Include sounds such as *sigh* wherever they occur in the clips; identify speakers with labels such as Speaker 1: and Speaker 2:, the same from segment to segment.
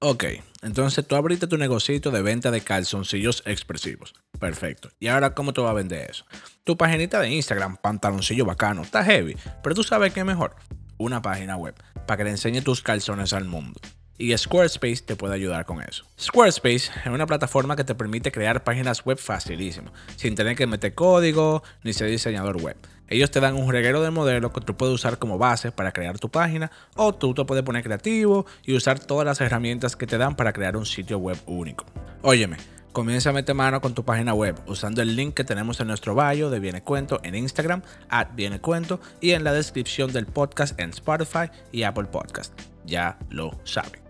Speaker 1: Ok, entonces tú abriste tu negocito de venta de calzoncillos expresivos. Perfecto. ¿Y ahora cómo te va a vender eso? Tu paginita de Instagram, pantaloncillo bacano, está heavy, pero tú sabes qué es mejor. Una página web para que le enseñe tus calzones al mundo. Y Squarespace te puede ayudar con eso. Squarespace es una plataforma que te permite crear páginas web facilísimo, sin tener que meter código ni ser diseñador web. Ellos te dan un reguero de modelo que tú puedes usar como base para crear tu página o tú te puedes poner creativo y usar todas las herramientas que te dan para crear un sitio web único. Óyeme, comienza a meter mano con tu página web usando el link que tenemos en nuestro bio de Viene Cuento en Instagram, at Viene Cuento y en la descripción del podcast en Spotify y Apple Podcast. Ya lo saben.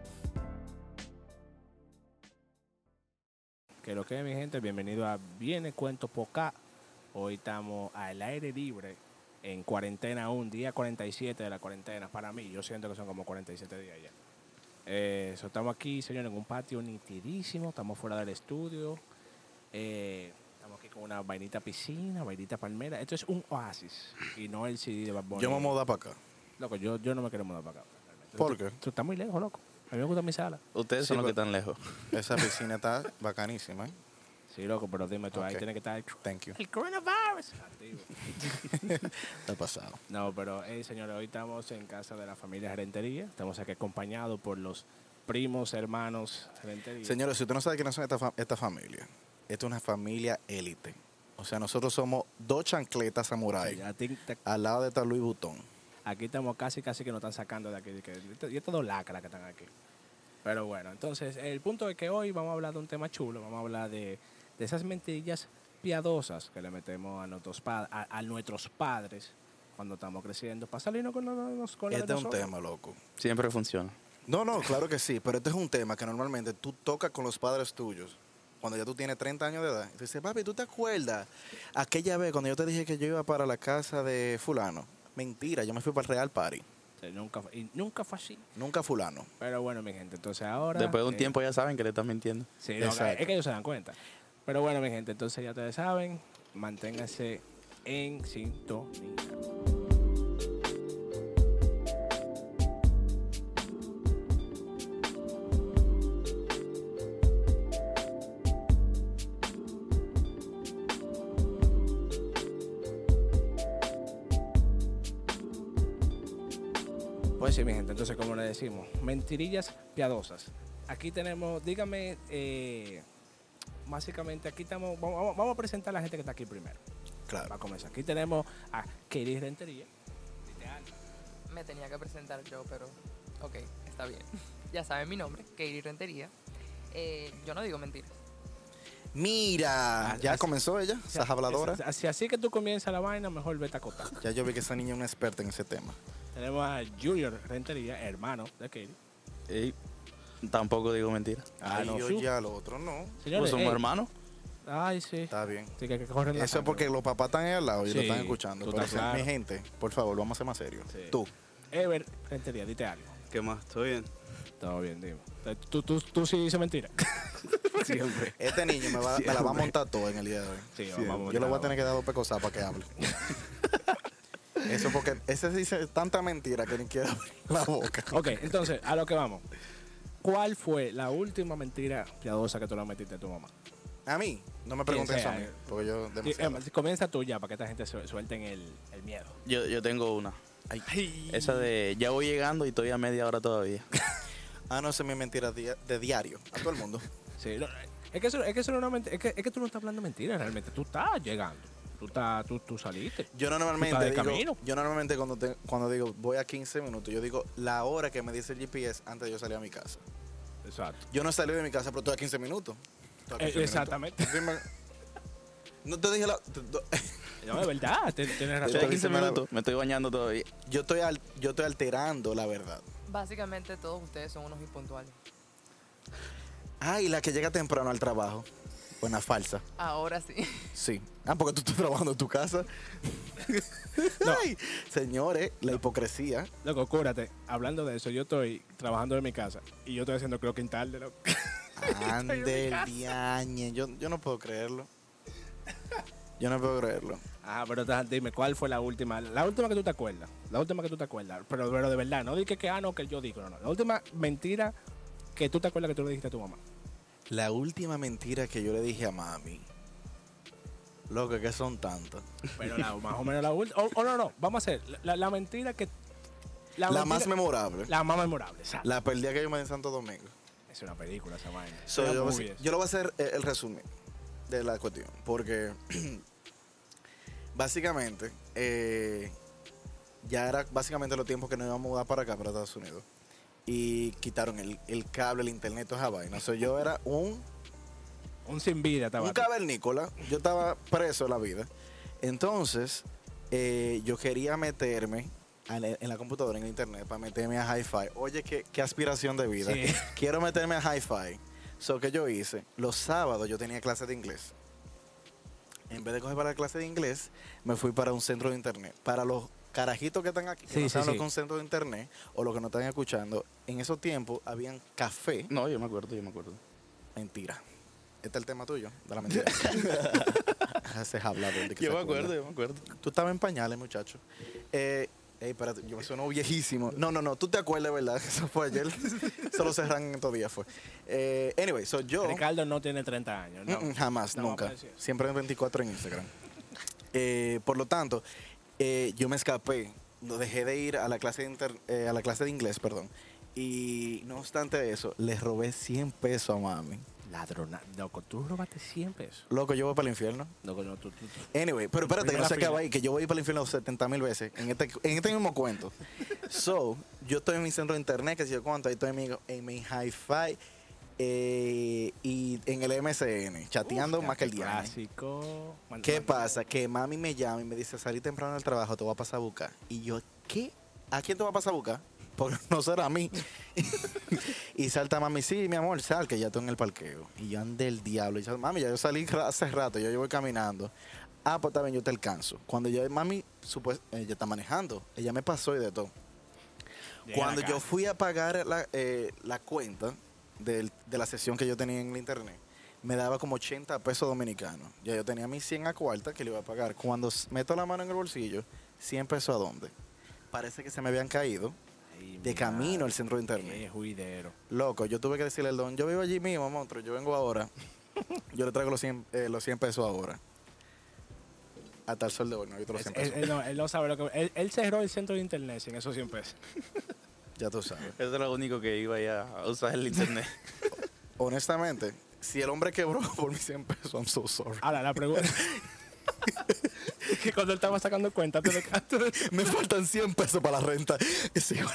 Speaker 2: Que lo que es, mi gente, bienvenido a Viene Cuento Poca. Hoy estamos al aire libre, en cuarentena, un día 47 de la cuarentena. Para mí, yo siento que son como 47 días ya. Eh, so, estamos aquí, señores, en un patio nitidísimo. Estamos fuera del estudio. Eh, estamos aquí con una vainita piscina, vainita palmera. Esto es un oasis y no el CD de Bad Bunny.
Speaker 3: Yo me voy a mudar para acá.
Speaker 2: Loco, yo, yo no me quiero mudar para acá. realmente.
Speaker 3: ¿Por
Speaker 2: Esto-
Speaker 3: qué?
Speaker 2: Esto está muy lejos, loco. A mí me gusta mi sala.
Speaker 4: Ustedes
Speaker 3: Sí,
Speaker 4: son los que
Speaker 3: pero-
Speaker 4: están lejos.
Speaker 3: Esa piscina está *laughs* bacanísima, ¿eh?
Speaker 2: Sí, loco, pero dime tú, ahí
Speaker 3: Ok.
Speaker 2: tiene que estar el
Speaker 3: Thank you.
Speaker 2: El coronavirus.
Speaker 3: Está pasado.
Speaker 2: No, pero, eh, señores, hoy estamos en casa de la familia Rentería. Estamos aquí acompañados por los primos, hermanos Rentería.
Speaker 3: Señores, si usted no sabe quiénes son esta, fa- esta familia, esta es una familia élite. O sea, nosotros somos dos chancletas samurái
Speaker 2: Ya ti- te-
Speaker 3: al lado de esta Luis Butón.
Speaker 2: Aquí estamos casi, casi que nos están sacando de aquí. de que- Y estos dos lacras que están aquí. Pero bueno, entonces, el punto es que hoy vamos a hablar de un tema chulo. Vamos a hablar de, de esas mentirillas piadosas que le metemos a nuestros, pa- a, a nuestros padres cuando estamos creciendo para salirnos con, los con la de
Speaker 3: Este es un
Speaker 2: nosotros.
Speaker 3: tema, loco.
Speaker 4: Siempre funciona.
Speaker 3: No, no, claro que sí, pero este es un tema que normalmente tú tocas con los padres tuyos cuando ya tú tienes 30 años de edad. Y tú dices, papi, ¿tú te acuerdas aquella vez cuando yo te dije que yo iba para la casa de fulano? Mentira, yo me fui para el Real Party.
Speaker 2: O sea, Nunca, fue- y nunca fue así.
Speaker 3: Nunca fulano.
Speaker 2: Pero bueno, mi gente, entonces ahora.
Speaker 4: Después de un
Speaker 2: eh,
Speaker 4: tiempo ya saben que le están mintiendo.
Speaker 2: Sí, no,
Speaker 3: Exacto.
Speaker 2: es que ellos se dan cuenta. Pero bueno, mi gente, entonces ya ustedes saben, manténganse en sintonía. Pues sí, mi gente, entonces, como le decimos, mentirillas piadosas. Aquí tenemos, dígame, eh, básicamente, aquí estamos, vamos, vamos- vamos a presentar a la gente que está aquí primero,
Speaker 3: Claro.
Speaker 2: para comenzar. Aquí tenemos a Kelly Rentería.
Speaker 5: Me tenía que presentar yo, pero ok, está bien. *laughs* Ya saben mi nombre, Katie Rentería. Eh, yo no digo mentiras.
Speaker 3: Mira, Ah, ya
Speaker 2: así-
Speaker 3: comenzó ella, esa habladora.
Speaker 2: Si así, así que tú comienzas la vaina, mejor vete a acotar.
Speaker 3: Ya yo vi que esa niña es una experta en ese tema.
Speaker 2: tenemos a Junior Rentería, hermano de Kelly.
Speaker 4: Y tampoco digo mentira.
Speaker 2: Ah,
Speaker 3: Ah,
Speaker 2: no,
Speaker 3: no,
Speaker 2: sí.
Speaker 3: ya lo otro no.
Speaker 4: Pues
Speaker 2: Señores,
Speaker 4: somos
Speaker 2: ey,
Speaker 4: hermanos.
Speaker 2: Ay, sí.
Speaker 3: Está bien.
Speaker 2: Sí, que- que corren la
Speaker 3: Eso es
Speaker 2: sangre.
Speaker 3: porque los papás están ahí al lado y lo
Speaker 2: Sí,
Speaker 3: están escuchando.
Speaker 2: tú
Speaker 3: Pero
Speaker 2: estás claro.
Speaker 3: Mi gente, por favor, vamos a ser más serios.
Speaker 2: Sí.
Speaker 3: Tú.
Speaker 2: Ever Rentería, dite algo.
Speaker 4: ¿Qué más? ¿Todo bien?
Speaker 2: Todo bien, dime. Eh, Tú, tú, tú sí dices mentira. *laughs*
Speaker 4: Siempre.
Speaker 3: Este niño me, va- me la va a montar todo en el día de hoy.
Speaker 2: Sí, vamos, vamos,
Speaker 3: yo le voy
Speaker 2: vamos.
Speaker 3: a tener que dar dos pecosas para
Speaker 2: *laughs*
Speaker 3: que hable. Eso porque ese dice tanta mentira que ni quiere abrir la boca.
Speaker 2: Ok, entonces, a lo que vamos. ¿Cuál fue la última mentira piadosa que tú le metiste a tu mamá?
Speaker 3: A mí, no me pregunten eso a
Speaker 2: sea,
Speaker 3: mí,
Speaker 2: eh.
Speaker 3: porque yo
Speaker 2: Sí,
Speaker 3: demasiado.
Speaker 2: em, comienza tú ya para que esta gente su- suelte en el, el miedo.
Speaker 4: Yo, yo tengo una.
Speaker 3: Ay.
Speaker 4: Esa de ya voy llegando y estoy a media
Speaker 2: *laughs*
Speaker 4: hora todavía.
Speaker 3: Ah, no, esa es mi mentira di- de diario. A todo el mundo.
Speaker 2: Sí, no, es que eso, es que eso no es una mentira. Es que, es que tú no estás hablando mentiras realmente. Tú estás llegando. Tú, estás, tú, tú saliste.
Speaker 3: Yo no
Speaker 2: Tú
Speaker 3: normalmente
Speaker 2: estás de
Speaker 3: digo,
Speaker 2: camino.
Speaker 3: yo normalmente cuando te- cuando digo voy a 15 minutos, yo digo la hora que me dice el GPS antes de yo salir a mi casa.
Speaker 2: Exacto.
Speaker 3: Yo no he salido de mi casa, pero estoy a 15 minutos. Estoy a
Speaker 2: Eh,
Speaker 3: 15 minutos.
Speaker 2: exactamente.
Speaker 3: Sí, me- No te dije la te- do- *laughs*
Speaker 2: No, es verdad. te- Tienes
Speaker 4: Estoy a
Speaker 2: razón.
Speaker 4: 15 minutos. Me estoy bañando todavía.
Speaker 3: yo estoy al- yo estoy alterando la verdad.
Speaker 5: Básicamente todos ustedes son unos impuntuales.
Speaker 3: Ah, y la que llega temprano al trabajo. Buena falsa.
Speaker 5: Ahora sí. *laughs*
Speaker 3: Sí. Ah, porque tú estás *laughs* trabajando en tu casa. *laughs* Ay, señores, la hipocresía.
Speaker 2: Loco, cúrate. Hablando de eso, yo estoy trabajando en mi casa y yo estoy haciendo creo tarde, loco. *laughs*
Speaker 3: Ande el diañe. Yo, yo no puedo creerlo. Yo no puedo creerlo.
Speaker 2: Ah, pero ta- dime, ¿cuál fue la última? La última que tú te acuerdas. La última que tú te acuerdas. Pero, pero de verdad, no dije que, ah, no, que yo digo, no, no. La última mentira que tú te acuerdas que tú le dijiste a tu mamá.
Speaker 3: La última mentira que yo le dije a mami. Loco, que son tantos.
Speaker 2: Pero la- más o menos la última. O, o no, no, vamos a hacer. La, la- la mentira que.
Speaker 3: La,
Speaker 2: mentira-
Speaker 3: más memorable. La,
Speaker 2: La más memorable, exacto.
Speaker 3: perdida que yo me di en Santo Domingo.
Speaker 2: Es una película esa vaina.
Speaker 3: So,
Speaker 2: Una
Speaker 3: yo, voy a
Speaker 2: movie
Speaker 3: hacer-
Speaker 2: esa.
Speaker 3: yo lo voy a hacer eh, el resumen de la cuestión. Porque *clears throat* básicamente, eh, ya era básicamente los tiempos que nos íbamos a mudar para acá, para Estados Unidos. Y quitaron el, el cable, el internet, toda esa vaina. So, yo era un
Speaker 2: Un sin vida estaba.
Speaker 3: un cavernícola. Yo estaba preso de la vida. Entonces, eh, yo quería meterme a la- en la computadora, en el internet, para meterme a hi-fi. Oye, qué, qué aspiración de vida.
Speaker 2: Sí.
Speaker 3: *laughs* Quiero meterme a hi-fi. So, que yo hice? Los sábados yo tenía clases de inglés. En vez de coger para la clase de inglés, me fui para un centro de internet. Para los carajitos que están aquí, que
Speaker 2: Sí, sí,
Speaker 3: no saben lo
Speaker 2: sí.
Speaker 3: que es un centro de internet, o los que no están escuchando, en esos tiempos habían café.
Speaker 4: No, yo me acuerdo, yo me acuerdo.
Speaker 3: Mentira. Este es el tema tuyo, de la mentira. Haces hablar de que
Speaker 4: Yo
Speaker 3: se
Speaker 4: me
Speaker 3: acuerda.
Speaker 4: acuerdo, yo me acuerdo.
Speaker 3: Tú estabas en pañales, muchacho. Eh, ey, espérate, yo me sueno viejísimo. No, no, no, tú te acuerdas, ¿verdad? *laughs* Eso fue ayer. Se lo cerran en estos días, fue. Eh, anyway, soy yo.
Speaker 2: Ricardo no tiene 30 años, no.
Speaker 3: Mm, mm, jamás,
Speaker 2: No, pues,
Speaker 3: nunca.
Speaker 2: apareció.
Speaker 3: Siempre en 24 en Instagram. Eh, por lo tanto, eh, yo me escapé. No dejé de ir a la clase de, inter- eh, a la clase de inglés, perdón. Y no obstante eso, le robé 100 pesos a mami.
Speaker 2: Ladrona. Loco, tú robaste 100 pesos.
Speaker 3: Loco, yo voy para el infierno.
Speaker 2: Loco, no, tú, tú- tú-
Speaker 3: Anyway, pero espérate, que no
Speaker 2: Primera
Speaker 3: se acaba
Speaker 2: fila.
Speaker 3: ahí, que yo voy para el infierno 70 mil veces en este, en este
Speaker 2: *laughs*
Speaker 3: mismo cuento. So, yo estoy en mi centro de internet, que si yo cuánto, ahí estoy en mi, en mi hi-fi eh, y en el MSN, chateando más que el día.
Speaker 2: Clásico. Manda-
Speaker 3: ¿Qué
Speaker 2: manda-
Speaker 3: pasa? Que mami me llama y me dice, salí temprano del trabajo, te voy a pasar a buscar. Y yo, ¿qué? ¿A quién te va a pasar a buscar? Porque *laughs* no será a mí. y salta mami, sí, mi amor, sal, que ya estoy en el parqueo. Y yo ande el diablo. Y yo, mami, ya yo salí ra- hace rato, ya yo voy caminando. Ah, pues también yo te alcanzo. Cuando yo, mami, supues- ella está manejando, ella me pasó y de todo.
Speaker 2: Llega
Speaker 3: Cuando
Speaker 2: la
Speaker 3: yo
Speaker 2: casa.
Speaker 3: fui a pagar la, eh, la cuenta del- de la sesión que yo tenía en el internet, me daba como 80 pesos dominicanos. Ya yo tenía mis 100 a cuarta que le iba a pagar. Cuando s- meto la mano en el bolsillo, 100 pesos a dónde? Parece que se me habían caído
Speaker 2: Ay,
Speaker 3: de
Speaker 2: mi
Speaker 3: camino al
Speaker 2: madre,
Speaker 3: centro de internet.
Speaker 2: Qué juidero.
Speaker 3: Loco, yo tuve que decirle al don, yo vivo allí mismo, monstruo, yo vengo ahora. *laughs* yo le traigo los 100, eh, los 100 pesos ahora. Hasta el sol de hoy, no he visto los 100
Speaker 2: Él- él,
Speaker 3: pesos.
Speaker 2: él no, él no sabe lo que. Él, él cerró el centro de internet sin esos 100 pesos.
Speaker 3: Ya tú sabes.
Speaker 4: Eso era lo único que iba ya a usar el internet.
Speaker 3: Honestamente, si el hombre quebró *laughs* por mis 100 pesos, I'm so sorry.
Speaker 2: Ahora, la
Speaker 3: *laughs*
Speaker 2: pregunta. que cuando él estaba sacando cuenta, te
Speaker 3: *laughs* Me faltan 100 pesos para la renta. Ese hijo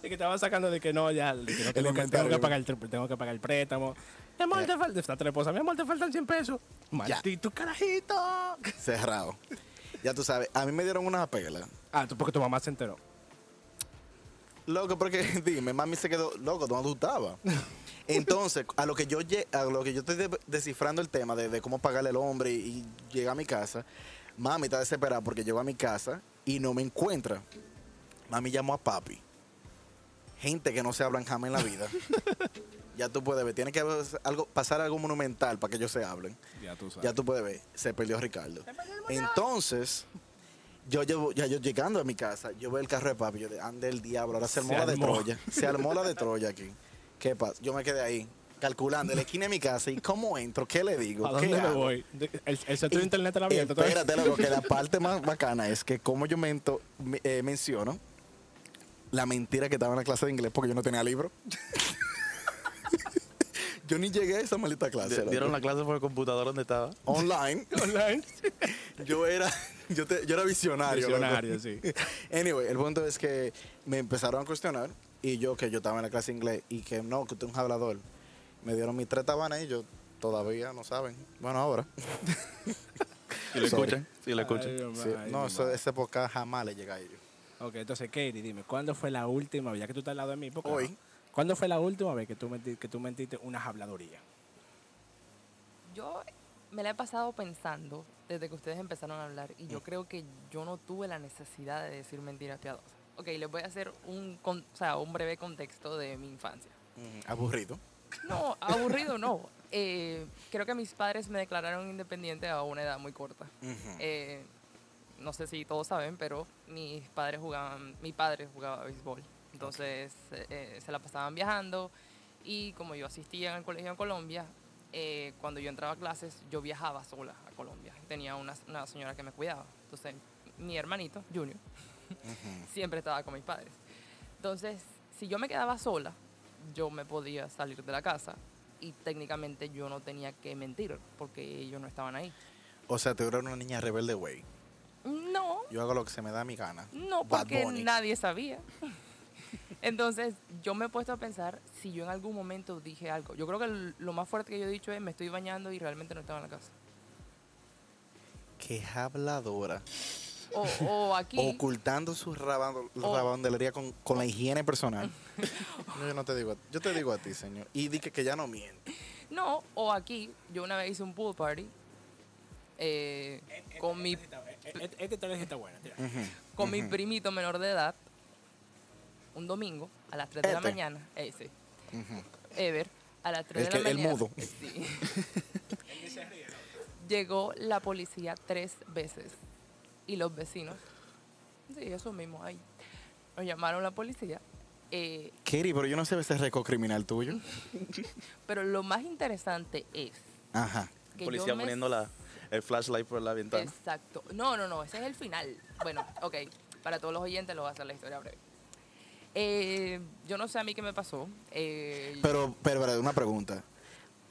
Speaker 2: de que estaba sacando de que no, ya, de que no tengo, que, tengo,
Speaker 3: inventario.
Speaker 2: que pagar el, tri- tengo que pagar el préstamo. Mi amor, te falta, está tu esposa, mi amor, te faltan 100 pesos. Maldito carajito.
Speaker 3: de- Cerrado. Ya tú sabes, a mí me dieron unas pelas.
Speaker 2: Ah, tú, porque tu mamá se enteró.
Speaker 3: Loco, porque *laughs* dime, mami se quedó loco, ¿dónde tú estabas? Entonces, a lo que yo lle- a lo que yo estoy de- descifrando el tema de, de cómo pagarle al hombre y, y llega a mi casa, mami está desesperada porque llegó a mi casa y no me encuentra. Mami llamó a papi. Gente que no se hablan jamás en la vida. ya tú puedes ver, tiene que haber algo, pasar algo monumental para que ellos se hablen.
Speaker 2: Ya tú sabes.
Speaker 3: Ya tú puedes ver, se perdió Ricardo. Entonces, yo llevo, ya yo llegando a mi casa, yo veo el carro de papi, yo de ande el diablo, ahora se armó
Speaker 2: Se
Speaker 3: la de
Speaker 2: armó.
Speaker 3: Troya. Se armó la de Troya aquí. ¿Qué pasa? Yo me quedé ahí, calculando en la esquina de mi casa y cómo entro, qué le digo,
Speaker 2: ¿A
Speaker 3: qué
Speaker 2: dónde me
Speaker 3: hago?
Speaker 2: voy? De- El, el centro de internet está abierto. todavía.
Speaker 3: Espérate, loco, que la parte más bacana es que como yo mento- me- eh, menciono la mentira que estaba en la clase de inglés porque yo no tenía libro. *laughs* yo ni llegué a esa maldita clase.
Speaker 4: Di- Dieron
Speaker 3: loco.
Speaker 4: la clase por el computador donde estaba.
Speaker 3: Online.
Speaker 2: Online.
Speaker 3: Yo era, *laughs* yo, te- yo era visionario. loco.
Speaker 2: Visionario, sí.
Speaker 3: *laughs* Anyway, el punto es que me empezaron a cuestionar y yo que yo estaba en la clase de inglés y que no, que usted es un hablador. Me dieron mis tres tabanas y yo todavía no saben. Bueno, ahora.
Speaker 4: Y lo
Speaker 3: Sorry.
Speaker 4: escuchan, y lo escuchan.
Speaker 2: Ay, mi
Speaker 3: Sí,
Speaker 2: madre,
Speaker 3: no,
Speaker 2: mi
Speaker 3: eso,
Speaker 2: madre.
Speaker 3: esa época jamás le llega a ellos.
Speaker 2: Ok, entonces, Katie, dime, ¿cuándo fue la última vez, ya que tú estás al lado de mí? porque
Speaker 3: Hoy.
Speaker 2: no, ¿Cuándo fue la última vez que tú, menti- que tú mentiste unas habladurías?
Speaker 5: Yo me la he pasado pensando desde que ustedes empezaron a hablar y yo creo que yo no tuve la necesidad de decir mentiras piadosas. Ok, les voy a hacer un, con- o sea, un breve contexto de mi infancia.
Speaker 3: Mm, Aburrido.
Speaker 5: No, aburrido no. Eh, creo que mis padres me declararon independiente a una edad muy corta. Eh, no sé si todos saben, pero mis padres jugaban, mi padre jugaba béisbol Entonces eh, eh, se la pasaban viajando y como yo asistía al colegio en Colombia, eh, cuando yo entraba a clases yo viajaba sola a Colombia. Tenía una, una señora que me cuidaba. Entonces mi hermanito, Junior, siempre estaba con mis padres. Entonces, si yo me quedaba sola, yo me podía salir de la casa y técnicamente yo no tenía que mentir porque ellos no estaban ahí.
Speaker 3: O sea, tú eres una niña rebelde, güey.
Speaker 5: No,
Speaker 3: Yo hago lo que se me da mi gana.
Speaker 5: no,
Speaker 3: Bad
Speaker 5: porque
Speaker 3: Bunny.
Speaker 5: nadie sabía. Entonces, yo me he puesto a pensar si yo en algún momento dije algo. Yo creo que l- lo más fuerte que yo he dicho es me estoy bañando y realmente no estaba en la casa.
Speaker 3: Qué habladora.
Speaker 5: O,
Speaker 3: *laughs*
Speaker 5: o aquí. Oh.
Speaker 3: Ocultando su rabando-
Speaker 5: O-
Speaker 3: rabandelería con, con la higiene
Speaker 5: *laughs*
Speaker 3: personal. No, yo no te digo, a- yo te digo a ti, señor. Y di que, que ya no miente.
Speaker 5: No, o aquí. Yo una vez hice un pool party eh, con mi
Speaker 2: Este, este tal vez está bueno. tira.
Speaker 5: con mi primito menor de edad, un domingo, a las 3 de la
Speaker 3: Este.
Speaker 5: mañana, ese, Ever, a las 3
Speaker 3: El
Speaker 5: de la
Speaker 3: que- el
Speaker 5: mañana.
Speaker 3: mudo.
Speaker 5: Sí. Llegó la policía tres veces y los vecinos, sí, eso mismo, ahí, nos llamaron la policía. eh,
Speaker 3: Katie, pero yo no sé ese récord criminal tuyo.
Speaker 5: pero lo más interesante es
Speaker 3: Ajá.
Speaker 5: que
Speaker 4: Policía
Speaker 5: yo me
Speaker 4: poniendo la, el flashlight por la ventana.
Speaker 5: Exacto. No, no, no, ese es el final. Bueno, *laughs* ok, para todos los oyentes lo voy a hacer la historia breve. Eh, yo no sé a mí qué me pasó. Eh,
Speaker 3: Pero, pero, pero, una pregunta.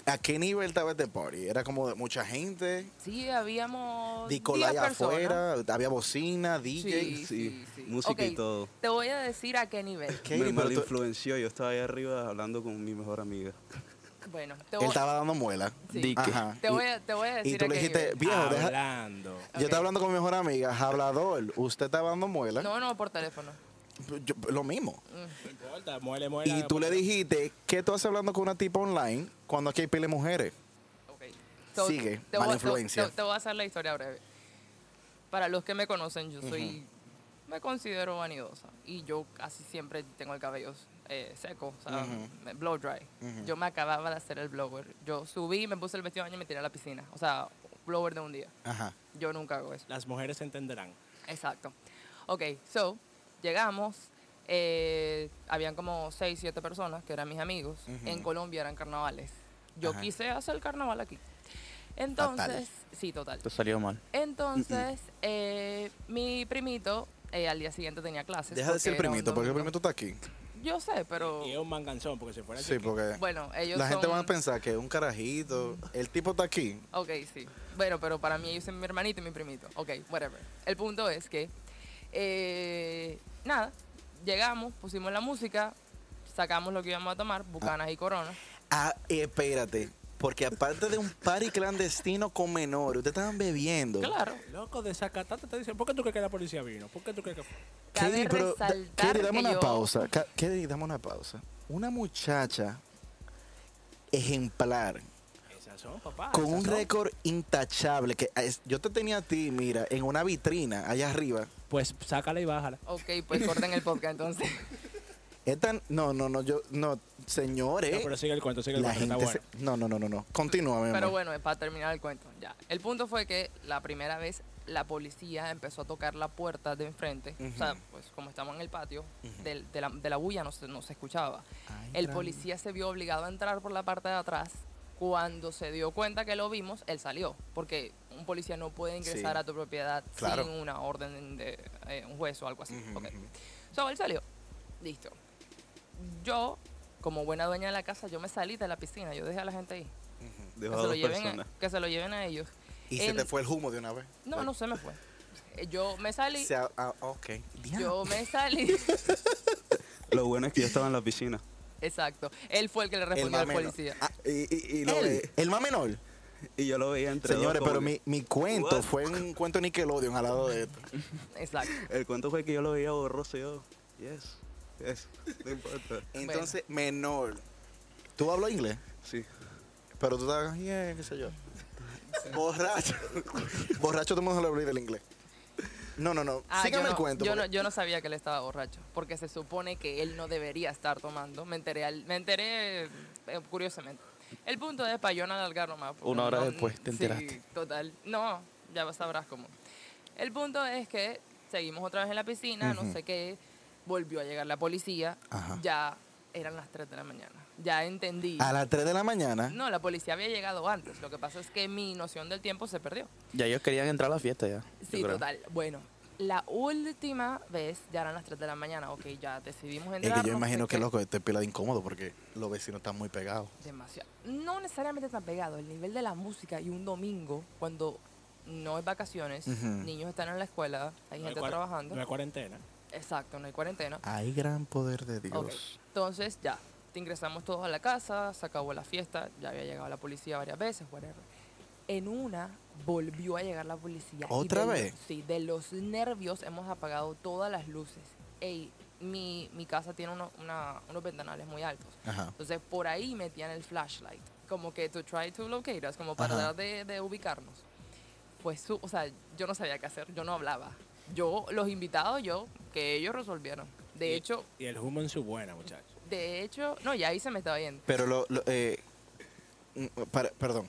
Speaker 3: ¿A qué nivel estaba este party? ¿Era como de mucha gente?
Speaker 5: sí, habíamos.
Speaker 3: Dicola
Speaker 5: 10
Speaker 3: allá
Speaker 5: personas.
Speaker 3: afuera, había bocina, DJ.
Speaker 5: Sí, sí, sí.
Speaker 6: música
Speaker 5: Ok,
Speaker 6: y todo.
Speaker 5: Te voy a decir a qué nivel.
Speaker 3: Katie,
Speaker 6: Me
Speaker 3: pero tú-
Speaker 6: malinfluenció, yo estaba ahí arriba hablando con mi mejor amiga.
Speaker 5: Bueno, te
Speaker 3: él
Speaker 5: voy,
Speaker 3: estaba dando muela.
Speaker 5: sí.
Speaker 4: Dique.
Speaker 3: Ajá.
Speaker 5: Te, voy a, te voy a decir
Speaker 3: Y tú
Speaker 5: a
Speaker 3: le
Speaker 5: qué
Speaker 3: dijiste,
Speaker 5: nivel.
Speaker 3: viejo, deja-
Speaker 2: Hablando.
Speaker 5: Ok.
Speaker 3: Yo estaba hablando con mi mejor amiga, hablador. Usted estaba dando muela.
Speaker 5: No, no, por teléfono.
Speaker 3: Yo- lo mismo.
Speaker 2: No importa, muele, muele.
Speaker 3: Y tú le dijiste, ¿qué tú haces hablando con una tipa online cuando aquí hay pile mujeres?
Speaker 5: Ok.
Speaker 3: Sigue,
Speaker 5: voy
Speaker 3: mala
Speaker 5: a- te voy-
Speaker 3: influencia.
Speaker 5: Te, te voy a hacer la historia breve. Para los que me conocen, yo soy. Me considero vanidosa. Y yo casi siempre tengo el cabello eh, seco, o sea, me- blow dry. Yo me acababa de hacer el blower. Yo subí, me puse el vestido de baño y me tiré a la piscina. O sea, blower de un día.
Speaker 3: Ajá.
Speaker 5: Yo nunca hago eso.
Speaker 2: Las mujeres entenderán.
Speaker 5: Exacto. Ok, so, llegamos. eh, habían como 6, 7 personas que eran mis amigos. En Colombia eran carnavales. Yo
Speaker 3: Ajá.
Speaker 5: quise hacer carnaval aquí. Entonces, sí, total.
Speaker 4: Te salió mal.
Speaker 5: Entonces, eh, mi primito eh, al día siguiente tenía clases.
Speaker 3: Deja de decir
Speaker 5: porque era un
Speaker 3: primito, porque el
Speaker 5: domingo.
Speaker 3: primito está aquí.
Speaker 5: Yo sé, pero.
Speaker 2: Y es un manganzón, porque si fuera
Speaker 3: Oh. Sí,
Speaker 2: chiqui-
Speaker 3: porque
Speaker 5: Bueno, ellos.
Speaker 3: la gente
Speaker 5: son- Mm.
Speaker 3: va a pensar que es un carajito. El tipo está aquí.
Speaker 5: Ok, sí. Bueno, pero para mí ellos son mi hermanito y mi primito. Ok, whatever. El punto es que, eh, nada, llegamos, pusimos la música, sacamos lo que íbamos a tomar, bucanas y corona.
Speaker 3: Ah, espérate. Porque aparte de un party clandestino con menores, ustedes estaban bebiendo.
Speaker 5: Claro.
Speaker 2: Loco, desacatante te dicen, ¿por qué tú crees que la policía vino? ¿Por qué tú crees que fue?
Speaker 5: Cabe
Speaker 3: Katie, pero, da-
Speaker 5: resaltar
Speaker 3: Katie, dame
Speaker 5: que
Speaker 3: una
Speaker 5: yo-
Speaker 3: pausa. Ca- Katie, dame una pausa. Una muchacha ejemplar,
Speaker 2: Esas son, papá.
Speaker 3: con
Speaker 2: esas
Speaker 3: un
Speaker 2: son.
Speaker 3: récord intachable, que es- yo te tenía a ti, mira, en una vitrina allá arriba.
Speaker 2: Pues sácala y bájala.
Speaker 5: Ok, pues corten el podcast entonces.
Speaker 3: Esta, no, no, no, yo, no,
Speaker 2: No,
Speaker 3: señores,
Speaker 2: pero sigue el cuento, sigue el
Speaker 3: Eh, la
Speaker 2: cuento, está
Speaker 3: gente,
Speaker 2: bueno.
Speaker 3: se- no, no, no, no, no, continúa, mi
Speaker 5: Pero
Speaker 3: amor.
Speaker 5: bueno, para terminar el cuento, ya. El punto fue que la primera vez la policía empezó a tocar la puerta de enfrente. O sea, pues como estamos en el patio, del- de, la, de la bulla no se, no se escuchaba.
Speaker 3: Ay,
Speaker 5: el
Speaker 3: tran-
Speaker 5: policía se vio obligado a entrar por la parte de atrás. Cuando se dio cuenta que lo vimos, él salió. Porque un policía no puede ingresar
Speaker 3: Sí.
Speaker 5: a tu propiedad
Speaker 3: Claro.
Speaker 5: sin una orden de eh, un juez o algo así. Ok. So, él salió. Listo. Yo, como buena dueña de la casa, yo me salí de la piscina. Yo dejé a la gente ahí
Speaker 6: Dejó
Speaker 5: que se,
Speaker 6: a
Speaker 5: lo
Speaker 6: dos
Speaker 5: lleven a,
Speaker 6: personas.
Speaker 5: que se lo lleven a ellos.
Speaker 3: Y se
Speaker 5: en-
Speaker 3: te fue el humo de una vez.
Speaker 5: No, no se me fue. Eh, Yo me salí.
Speaker 3: Se, a- ah, ok.
Speaker 5: Yo me salí.
Speaker 6: Lo bueno es que yo estaba en la piscina.
Speaker 5: Exacto. Él fue el que le
Speaker 3: El
Speaker 5: respondió
Speaker 3: más
Speaker 5: al
Speaker 3: menor.
Speaker 5: policía.
Speaker 3: Ah, y- y- y lo
Speaker 6: Él.
Speaker 3: ve- el más menor.
Speaker 6: Y yo lo veía entre dos
Speaker 3: Señores,
Speaker 6: como
Speaker 3: pero
Speaker 6: que-
Speaker 3: mi, mi cuento
Speaker 6: What?
Speaker 3: fue un cuento Nickelodeon al lado de esto.
Speaker 5: Exacto.
Speaker 6: El cuento fue que yo lo veía borroso y yo. Yes, yes, no importa.
Speaker 3: Entonces, menor. ¿Tú hablas inglés?
Speaker 6: Sí.
Speaker 3: Pero tú estás, yeah, qué sé yo. *laughs* Borracho. Borracho, todo el mundo le habla del inglés. No, no, no.
Speaker 5: Ah,
Speaker 3: Sígame
Speaker 5: yo no,
Speaker 3: el cuento.
Speaker 5: Yo no,
Speaker 3: porque-
Speaker 5: yo no sabía que él estaba borracho, porque se supone que él no debería estar tomando. Me enteré, al- me enteré eh, curiosamente. El punto es para yo no alargarlo más. porque
Speaker 4: Una hora
Speaker 5: no-
Speaker 4: después te
Speaker 5: sí,
Speaker 4: enteraste.
Speaker 5: total. No, ya sabrás cómo. El punto es que seguimos otra vez en la piscina, no sé qué. volvió a llegar la policía,
Speaker 3: Ajá.
Speaker 5: ya eran las 3 de la mañana. Ya entendí.
Speaker 3: A las 3 de la mañana.
Speaker 5: No, la policía había llegado antes. Lo que pasa es que mi noción del tiempo se perdió.
Speaker 4: Ya ellos querían entrar a la fiesta ya. yo
Speaker 5: Sí,
Speaker 4: creo.
Speaker 5: total. Bueno, la última vez ya eran las 3 de la mañana. Ok, ya decidimos
Speaker 3: Es
Speaker 5: entrar.
Speaker 3: que yo
Speaker 5: no
Speaker 3: imagino
Speaker 5: sé
Speaker 3: que
Speaker 5: qué.
Speaker 3: loco este pila de incómodo porque los vecinos están muy pegados.
Speaker 5: Demasiado. No necesariamente tan pegado. El nivel de la música y un domingo, cuando no es vacaciones,
Speaker 3: Ujú.
Speaker 5: niños están en la escuela, hay
Speaker 2: No hay
Speaker 5: gente
Speaker 2: cuar-
Speaker 5: trabajando.
Speaker 2: No hay cuarentena.
Speaker 5: Exacto, no hay cuarentena.
Speaker 3: Hay gran poder de Dios.
Speaker 5: Ok, Entonces, ya, te ingresamos todos a la casa, se acabó la fiesta, ya había llegado la policía varias veces, whatever. En una volvió a llegar la policía. y
Speaker 3: ¿Otra
Speaker 5: de los-
Speaker 3: vez?
Speaker 5: sí, de los nervios hemos apagado todas las luces. Ey, mi, mi casa tiene uno- una- unos ventanales muy altos.
Speaker 3: Ajá.
Speaker 5: Entonces, por ahí metían el flashlight, como que to try to locate us, como para
Speaker 3: Ajá.
Speaker 5: tratar de, de ubicarnos. Pues, su- o sea, yo no sabía qué hacer, yo no hablaba. Yo, los invitados, yo, que ellos resolvieron. De
Speaker 2: Y-
Speaker 5: hecho,
Speaker 2: Y el humo en su buena, muchachos.
Speaker 5: de hecho, no, ya ahí se me estaba yendo.
Speaker 3: Pero lo, lo, eh, mm, para- perdón.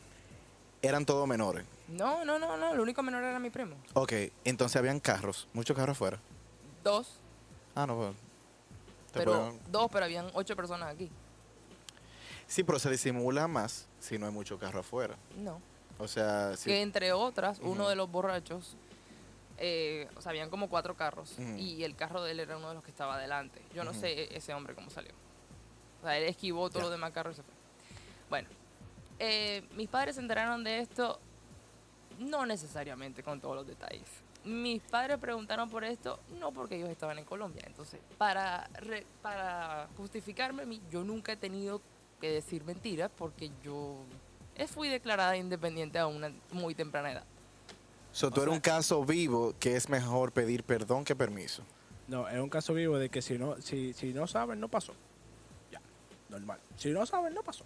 Speaker 3: Eran todos menores.
Speaker 5: No, no, no, no, lo único menor era mi primo.
Speaker 3: Ok, entonces habían carros, muchos carros afuera.
Speaker 5: Dos,
Speaker 3: Ah, no, pues, te
Speaker 5: pero
Speaker 3: pueden-
Speaker 5: dos, pero habían ocho personas aquí.
Speaker 3: Sí, pero se disimula más si no hay mucho carro afuera.
Speaker 5: No.
Speaker 3: O sea,
Speaker 5: Que
Speaker 3: sí.
Speaker 5: entre otras, uno
Speaker 3: Ujú.
Speaker 5: de los borrachos, eh, o sea, habían como cuatro carros
Speaker 3: Ujú.
Speaker 5: y el carro de él era uno de los que estaba adelante. Yo no
Speaker 3: Ujú.
Speaker 5: sé e- ese hombre cómo salió. O sea, él esquivó todo
Speaker 3: Ya.
Speaker 5: lo demás carros y se fue. Bueno, eh, mis padres se enteraron de esto, no necesariamente con todos los detalles. Mis padres preguntaron por esto, no porque ellos estaban en Colombia. Entonces, para, re- para justificarme a mí, yo nunca he tenido que decir mentiras porque yo eh, fui declarada independiente a una muy temprana edad.
Speaker 3: So, tú
Speaker 2: o
Speaker 3: eres
Speaker 2: sea-
Speaker 3: un caso vivo que es mejor pedir perdón que permiso.
Speaker 2: No, es un caso vivo de que si no, si, si no saben, no pasó. Ya, normal. Si no saben, no pasó.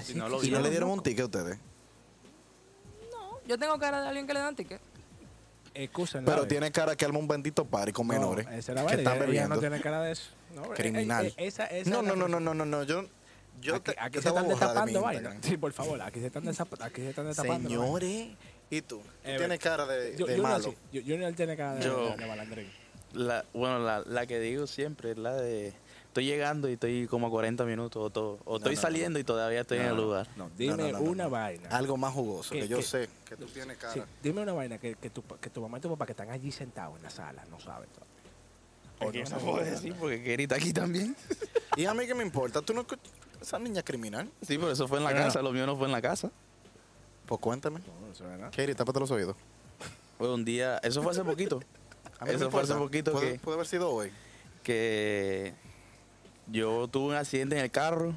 Speaker 4: Si no lo
Speaker 3: ¿Y no
Speaker 4: vieron,
Speaker 3: le dieron un ticket a ustedes?
Speaker 5: No, yo tengo cara de alguien que le dan ticket.
Speaker 2: Excusen.
Speaker 3: Pero tiene cara que alma un bendito party con menores
Speaker 2: esa era
Speaker 3: que
Speaker 2: vaina,
Speaker 3: están
Speaker 2: ella- ella
Speaker 3: bebiendo.
Speaker 2: no tiene cara de eso. No, eh, eh,
Speaker 3: Criminal.
Speaker 2: eh, esa- esa
Speaker 3: No,
Speaker 2: es
Speaker 3: no,
Speaker 2: la
Speaker 3: no, no,
Speaker 2: cosa.
Speaker 3: no, no, no, yo... yo
Speaker 2: Aquí,
Speaker 3: te-
Speaker 2: aquí
Speaker 3: yo
Speaker 2: se
Speaker 3: te voy
Speaker 2: están
Speaker 3: a borrar de mi
Speaker 2: destapando vainas.
Speaker 3: Instagram.
Speaker 2: Sí, por favor, aquí *laughs* se están, desap- aquí se están destapando. vainas.
Speaker 3: Señores, ¿y tú? Tú
Speaker 2: Eh,
Speaker 3: tienes cara de,
Speaker 2: yo,
Speaker 3: de
Speaker 2: yo no
Speaker 3: malo.
Speaker 2: sé, yo, yo no tiene cara de,
Speaker 4: Yo-
Speaker 2: de- de malandrín.
Speaker 4: La, bueno, la, la que digo siempre es la de estoy llegando y estoy como a 40 minutos o todo. O estoy
Speaker 3: no, no,
Speaker 4: saliendo y todavía estoy en el lugar.
Speaker 2: No, dime
Speaker 3: no, no, no,
Speaker 2: una
Speaker 3: no.
Speaker 2: vaina.
Speaker 3: Algo más jugoso,
Speaker 2: ¿Qué-
Speaker 3: que yo
Speaker 2: qué?
Speaker 3: sé que tú tienes cara.
Speaker 2: Sí, dime una vaina que, que, tu, pa- que tu mamá y tu papá que están allí sentados en la sala no saben. todavía. O
Speaker 4: Porque
Speaker 2: no
Speaker 4: no
Speaker 2: saben.
Speaker 4: puedo decir porque Kerry está aquí también. *laughs*
Speaker 3: Y a mí que me importa, tú no... escuch- Esa niña criminal.
Speaker 4: Sí, pero eso fue en la
Speaker 2: Pero no.
Speaker 4: casa, lo mío no fue en la casa.
Speaker 3: Pues cuéntame.
Speaker 2: No, no saben nada.
Speaker 3: Katie, tápate los oídos.
Speaker 4: Fue un día, eso fue hace poquito,
Speaker 3: A mí no me
Speaker 4: Eso fue hace
Speaker 3: importa.
Speaker 4: poquito
Speaker 3: Puede-
Speaker 4: que-
Speaker 3: Puede haber sido hoy.
Speaker 4: que yo tuve un accidente en el carro,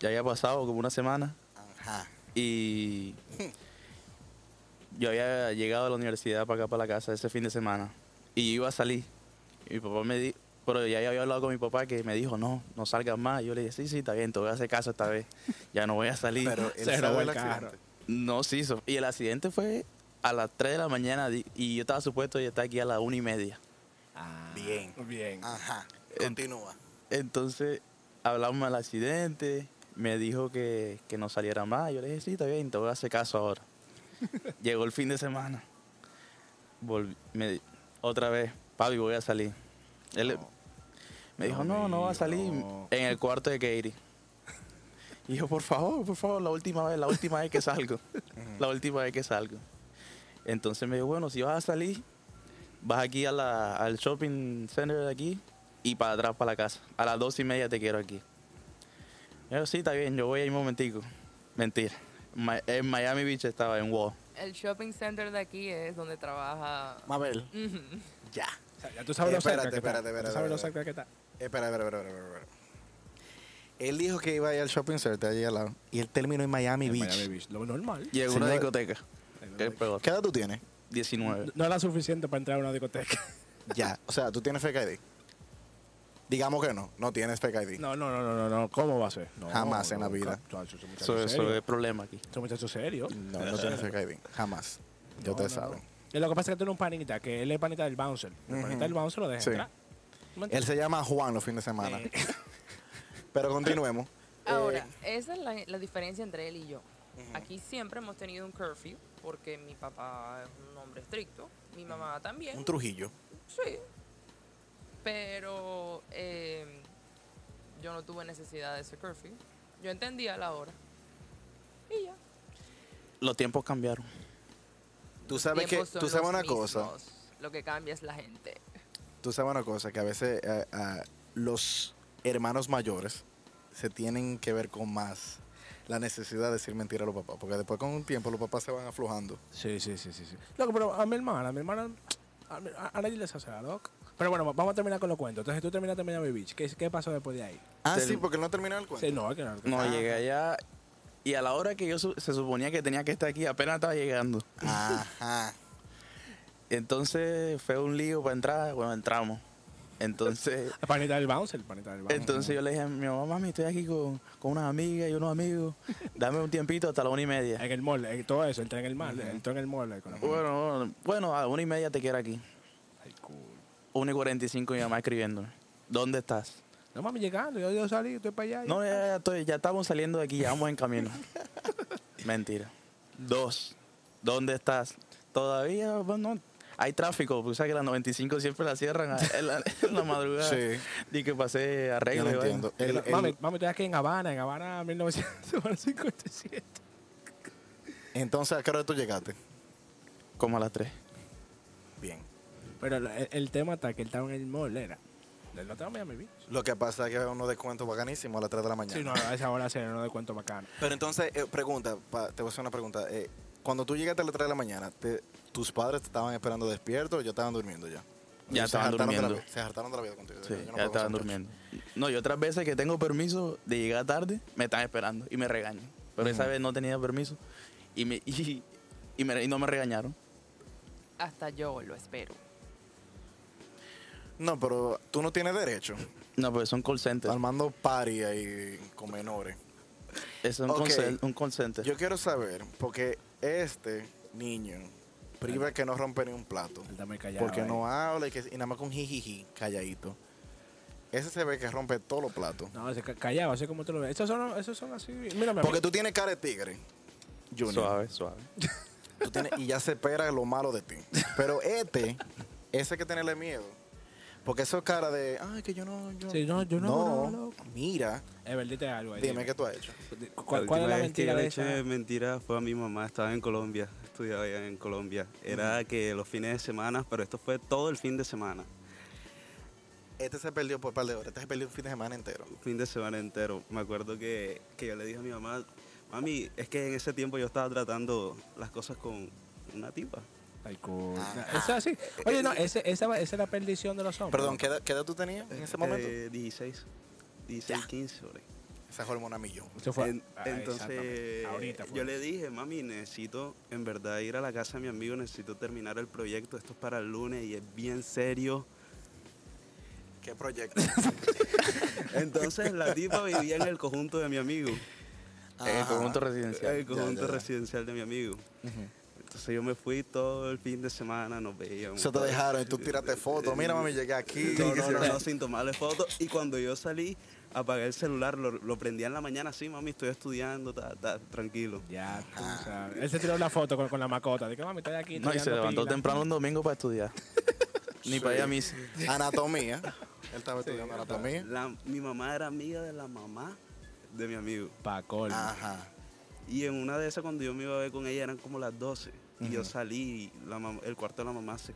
Speaker 4: ya había pasado como una semana
Speaker 3: Ajá.
Speaker 4: y yo había llegado a la universidad para acá, para la casa ese fin de semana y iba a salir. Y mi papá me dijo, pero ya había hablado con mi papá que me dijo, no, no salgas más. Y yo le dije, sí, sí, está bien, te voy a hacer caso esta vez, ya no voy a salir.
Speaker 3: Pero
Speaker 2: *laughs*
Speaker 3: él
Speaker 2: Se robó
Speaker 3: sabe el
Speaker 2: el carro.
Speaker 3: accidente.
Speaker 4: No, sí, so- y el accidente fue a las 3 de la mañana di- y yo estaba supuesto ya estar aquí a las 1 y media.
Speaker 3: Bien.
Speaker 2: Bien.
Speaker 3: Ajá.
Speaker 4: Eh,
Speaker 3: Continúa.
Speaker 4: Entonces hablamos del accidente, me dijo que, que no saliera más, yo le dije, sí, está bien, te voy a hacer caso ahora. Llegó el fin de semana, Volví- me di- otra vez, papi, voy a salir. Él le- me dijo, no, no va a salir
Speaker 2: no.
Speaker 4: en el cuarto de Katie. Y yo, por favor, por favor, la última vez, la última vez que *laughs* salgo. la última vez que salgo. Entonces me dijo, bueno, si vas a salir, vas aquí a la- al shopping center de aquí y para atrás para la casa. A las dos y media te quiero aquí. Yo, sí, está bien, yo voy ahí un momentico. Mentira. Ma- en Miami Beach estaba en Wall.
Speaker 5: El shopping center de aquí es donde trabaja.
Speaker 3: Mabel.
Speaker 5: Ujú.
Speaker 3: Ya.
Speaker 2: O sea, ya tú sabes lo
Speaker 3: Eh,
Speaker 2: cerca
Speaker 3: Espérate,
Speaker 2: que está.
Speaker 3: espérate, espérate,
Speaker 2: Tú sabes lo
Speaker 3: espérate.
Speaker 2: cerca que está.
Speaker 3: Eh, Espera, espera, espera, espera, espera. Él dijo que iba a ir al shopping center allí al lado. Y él terminó en Miami
Speaker 2: En
Speaker 3: Beach.
Speaker 2: Miami Beach, Lo normal.
Speaker 4: Llegó
Speaker 3: Sí,
Speaker 4: una
Speaker 3: no-
Speaker 4: discoteca. ¿Qué es peor?
Speaker 3: ¿Qué edad tú tienes?
Speaker 4: 19.
Speaker 2: No era suficiente para entrar a una discoteca.
Speaker 3: ya. O sea, tú tienes fake ID. Digamos que no. No tienes fake
Speaker 2: *laughs*
Speaker 3: ID.
Speaker 2: No, no, no, no, no, no. ¿Cómo va a ser? No,
Speaker 3: Jamás en la
Speaker 2: nunca.
Speaker 3: vida.
Speaker 2: Chacho, Son
Speaker 4: Eso,
Speaker 2: muchachos
Speaker 4: eso
Speaker 2: serios.
Speaker 4: es problema aquí.
Speaker 2: Son muchachos serios.
Speaker 3: No, no tienes fake ID. Jamás. Ya
Speaker 2: No,
Speaker 3: ustedes
Speaker 2: no, no.
Speaker 3: saben.
Speaker 2: Y Lo que pasa es que tú eres un panita, que él es panita del bouncer. El panita del bouncer lo deja
Speaker 3: Sí.
Speaker 2: entrar. ¿Tú me
Speaker 3: Él
Speaker 2: entiendes?
Speaker 3: se llama Juan los fines de semana. *laughs*
Speaker 2: *laughs*
Speaker 3: Pero continuemos.
Speaker 5: Ahora, esa es la, la diferencia entre él y yo. Aquí siempre hemos tenido un curfew, porque mi papá es un hombre estricto, mi mamá también.
Speaker 3: Un Trujillo.
Speaker 5: Sí. Pero eh, yo no tuve necesidad de ese curfew. Yo entendía la hora. Y ya.
Speaker 4: Los tiempos cambiaron.
Speaker 3: Tú sabes que,
Speaker 5: Tiempos son
Speaker 3: tú sabes
Speaker 5: los
Speaker 3: una cosa.
Speaker 5: mismos. Lo que cambia es la gente.
Speaker 3: Tú sabes una cosa, que a veces eh, ah, los hermanos mayores se tienen que ver con más la necesidad de decir mentira a los papás, porque después con un tiempo los papás se van aflojando.
Speaker 2: Sí, sí, sí, sí. sí. Loco, pero a mi hermana, a mi hermana, a, mi- a- a nadie les hace nada, loco. Pero bueno, vamos a terminar con los cuentos. Entonces tú terminaste Miami Beach. ¿Qué, qué pasó después de ahí?
Speaker 3: Ah,
Speaker 4: Del-
Speaker 3: sí, porque no ha terminado el cuento.
Speaker 2: Sí, no, que no.
Speaker 4: No, llegué allá y a la hora que yo su- se suponía que tenía que estar aquí, apenas estaba llegando.
Speaker 3: Ajá.
Speaker 4: Entonces fue un lío para entrar, bueno, entramos.
Speaker 2: *laughs*
Speaker 4: Entonces,
Speaker 2: El panita del bouncer, el panita del bouncer.
Speaker 4: entonces yo le dije a mi mamá, mami, estoy aquí con, con unas amigas y unos amigos, dame un tiempito hasta la una y media.
Speaker 2: En el mall, en todo eso, entré en el mall, entró en el mall. ahí con la-
Speaker 4: *laughs* Bueno, bueno, bueno, a una y media te quiero aquí.
Speaker 2: Ay, cool.
Speaker 4: 1 y 45 mi mamá escribiéndome. ¿Dónde estás?
Speaker 2: No mami, llegando, yo, yo salí, estoy para allá.
Speaker 4: No, ya, ya, estoy- ya estamos saliendo de aquí, ya vamos
Speaker 3: *laughs*
Speaker 4: en camino. Mentira. Dos. ¿Dónde estás? Todavía, bueno, hay tráfico, porque sabes que las 95 siempre la cierran a- en la, *laughs* en la madrugada.
Speaker 3: Sí,
Speaker 4: Y que pasé
Speaker 3: yo
Speaker 4: arreglo.
Speaker 3: no
Speaker 4: y vaina.
Speaker 3: entiendo. El- el-
Speaker 2: Mami, mami, estoy aquí en Habana, en Habana 1957.
Speaker 3: entonces, ¿a qué hora tú llegaste?
Speaker 4: Como a las 3.
Speaker 3: Bien.
Speaker 2: Pero lo- el, el tema está que él estaba en el mall, era. Él no estaba en Miami Beach.
Speaker 3: Lo que pasa es que es unos descuentos bacanísimos a las 3 de la mañana.
Speaker 2: Sí, no, a esa hora se no de cuento bacano.
Speaker 3: Pero entonces, eh, pregunta, pa- te voy a hacer una pregunta. eh, cuando tú llegaste a las 3 de la mañana, te- ¿tus padres te estaban esperando despiertos o ya estaban durmiendo ya?
Speaker 4: Ya
Speaker 3: Se
Speaker 4: estaban
Speaker 3: hartaron de la
Speaker 4: durmiendo.
Speaker 3: vi- se hartaron de la vida contigo.
Speaker 4: Sí,
Speaker 3: Yo no puedo
Speaker 4: ya
Speaker 3: con ese
Speaker 4: estaban
Speaker 3: muchacho.
Speaker 4: durmiendo. No, y otras veces que tengo permiso de llegar tarde, me están esperando y me regañan. Pero esa vez no tenía permiso y, me, y, y me- y no me regañaron.
Speaker 5: Hasta yo lo espero.
Speaker 3: No, pero tú no tienes derecho.
Speaker 4: No, pues son call centers.
Speaker 3: Armando party ahí con menores.
Speaker 4: Es un,
Speaker 3: Ok.
Speaker 4: call cen- un call center.
Speaker 3: Yo quiero saber, porque este niño priva que no rompe ni un plato.
Speaker 2: Él está muy callado.
Speaker 3: Porque
Speaker 2: ahí.
Speaker 3: no habla y, que, y nada más con jijiji, calladito. Ese se ve que rompe todos los platos.
Speaker 2: No, se ca- callado, así como tú lo ves. Esos son, esos son así. Mírame. a mí.
Speaker 3: Porque tú tienes cara de tigre, Junior.
Speaker 4: Suave, suave.
Speaker 3: Tú tienes- y ya se espera lo malo de ti. Pero este, ese hay que tenerle miedo. Porque eso es cara de, ay, que yo no. Yo,
Speaker 2: Sí, no, yo no hago nada,
Speaker 3: No,
Speaker 2: loco.
Speaker 3: mira,
Speaker 2: Ever, dite algo ahí.
Speaker 3: dime qué tú has hecho.
Speaker 2: ¿Cu- ¿Cuál, es la
Speaker 6: última vez que
Speaker 2: mentira
Speaker 6: yo
Speaker 2: de
Speaker 6: le eché
Speaker 2: esa?
Speaker 6: mentira fue a mi mamá, estaba en Colombia, estudiaba allá en Colombia. Era que los fines de semana, pero esto fue todo el fin de semana,
Speaker 3: Este se perdió por un par de horas. Este se perdió un fin de semana entero.
Speaker 6: un fin de semana entero. Me acuerdo que, que yo le dije a mi mamá, mami, es que en ese tiempo yo estaba tratando las cosas con una tipa.
Speaker 2: Ay, cool.
Speaker 3: Ah.
Speaker 2: Eso es así. Oye, no, ese, esa, va- esa es la perdición de los hombres.
Speaker 3: Perdón, ¿qué edad, qué edad tú tenías en ese
Speaker 6: Eh,
Speaker 3: momento?
Speaker 6: 16, 16, 15 por ahí.
Speaker 3: Esa hormona millón.
Speaker 2: Eso fue.
Speaker 6: En-
Speaker 2: ah,
Speaker 6: entonces,
Speaker 2: exactamente. Ahorita pues. fue.
Speaker 6: yo le dije, mami, necesito en verdad ir a la casa de mi amigo, necesito terminar el proyecto, esto es para el lunes y es bien serio.
Speaker 3: ¿Qué *laughs* proyecto?
Speaker 6: Entonces la tipa vivía en el conjunto de mi amigo,
Speaker 4: En el
Speaker 3: Ajá.
Speaker 4: conjunto
Speaker 6: Ah, en
Speaker 4: residencial.
Speaker 6: el conjunto
Speaker 3: ya, ya.
Speaker 6: residencial de mi amigo. Entonces yo me fui todo el fin de semana, nos veíamos. pues.
Speaker 3: Eso te dejaron y tú tiraste fotos. Mira, mami, llegué aquí.
Speaker 6: No, no, no, no, sin tomarle fotos. Y cuando yo salí, apagué el celular, lo, lo prendía en la mañana, sí, mami, estoy estudiando, ta, ta, tranquilo.
Speaker 2: Ya, tú sabes. Él se tiró la foto con, con la macota. Dije, mami, estoy aquí.
Speaker 4: No, y se
Speaker 2: tirando
Speaker 4: levantó
Speaker 2: pila".
Speaker 4: temprano un domingo para
Speaker 6: *laughs*
Speaker 4: estudiar. Ni para ir a misa.
Speaker 3: Anatomía. Él estaba estudiando anatomía.
Speaker 6: La- mi mamá era amiga de la mamá de mi amigo.
Speaker 2: Pa' colmo.
Speaker 3: Ajá.
Speaker 6: Y en una de esas, cuando yo me iba a ver con ella, eran como las 12. Y yo salí, y la mam- el cuarto de la mamá se,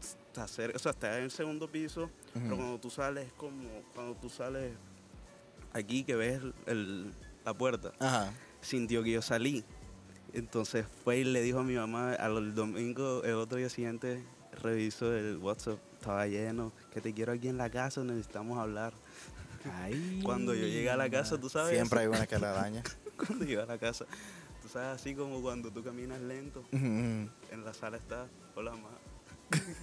Speaker 6: está cerca, o sea, está en el segundo piso, pero cuando tú sales, es como cuando tú sales aquí que ves el- la puerta,
Speaker 3: Ajá.
Speaker 6: sintió que yo salí. Entonces fue y le dijo a mi mamá al domingo, el otro día siguiente, reviso el WhatsApp, estaba lleno, que te quiero aquí en la casa, necesitamos hablar.
Speaker 2: Ay.
Speaker 6: *laughs* Cuando yo llegué a la casa, tú sabes.
Speaker 3: Siempre hay una que la daña.
Speaker 6: *laughs* cuando llego a la casa. Tú sabes, así como cuando tú caminas lento,
Speaker 3: *laughs* Ujú.
Speaker 6: en la sala está, hola, ma.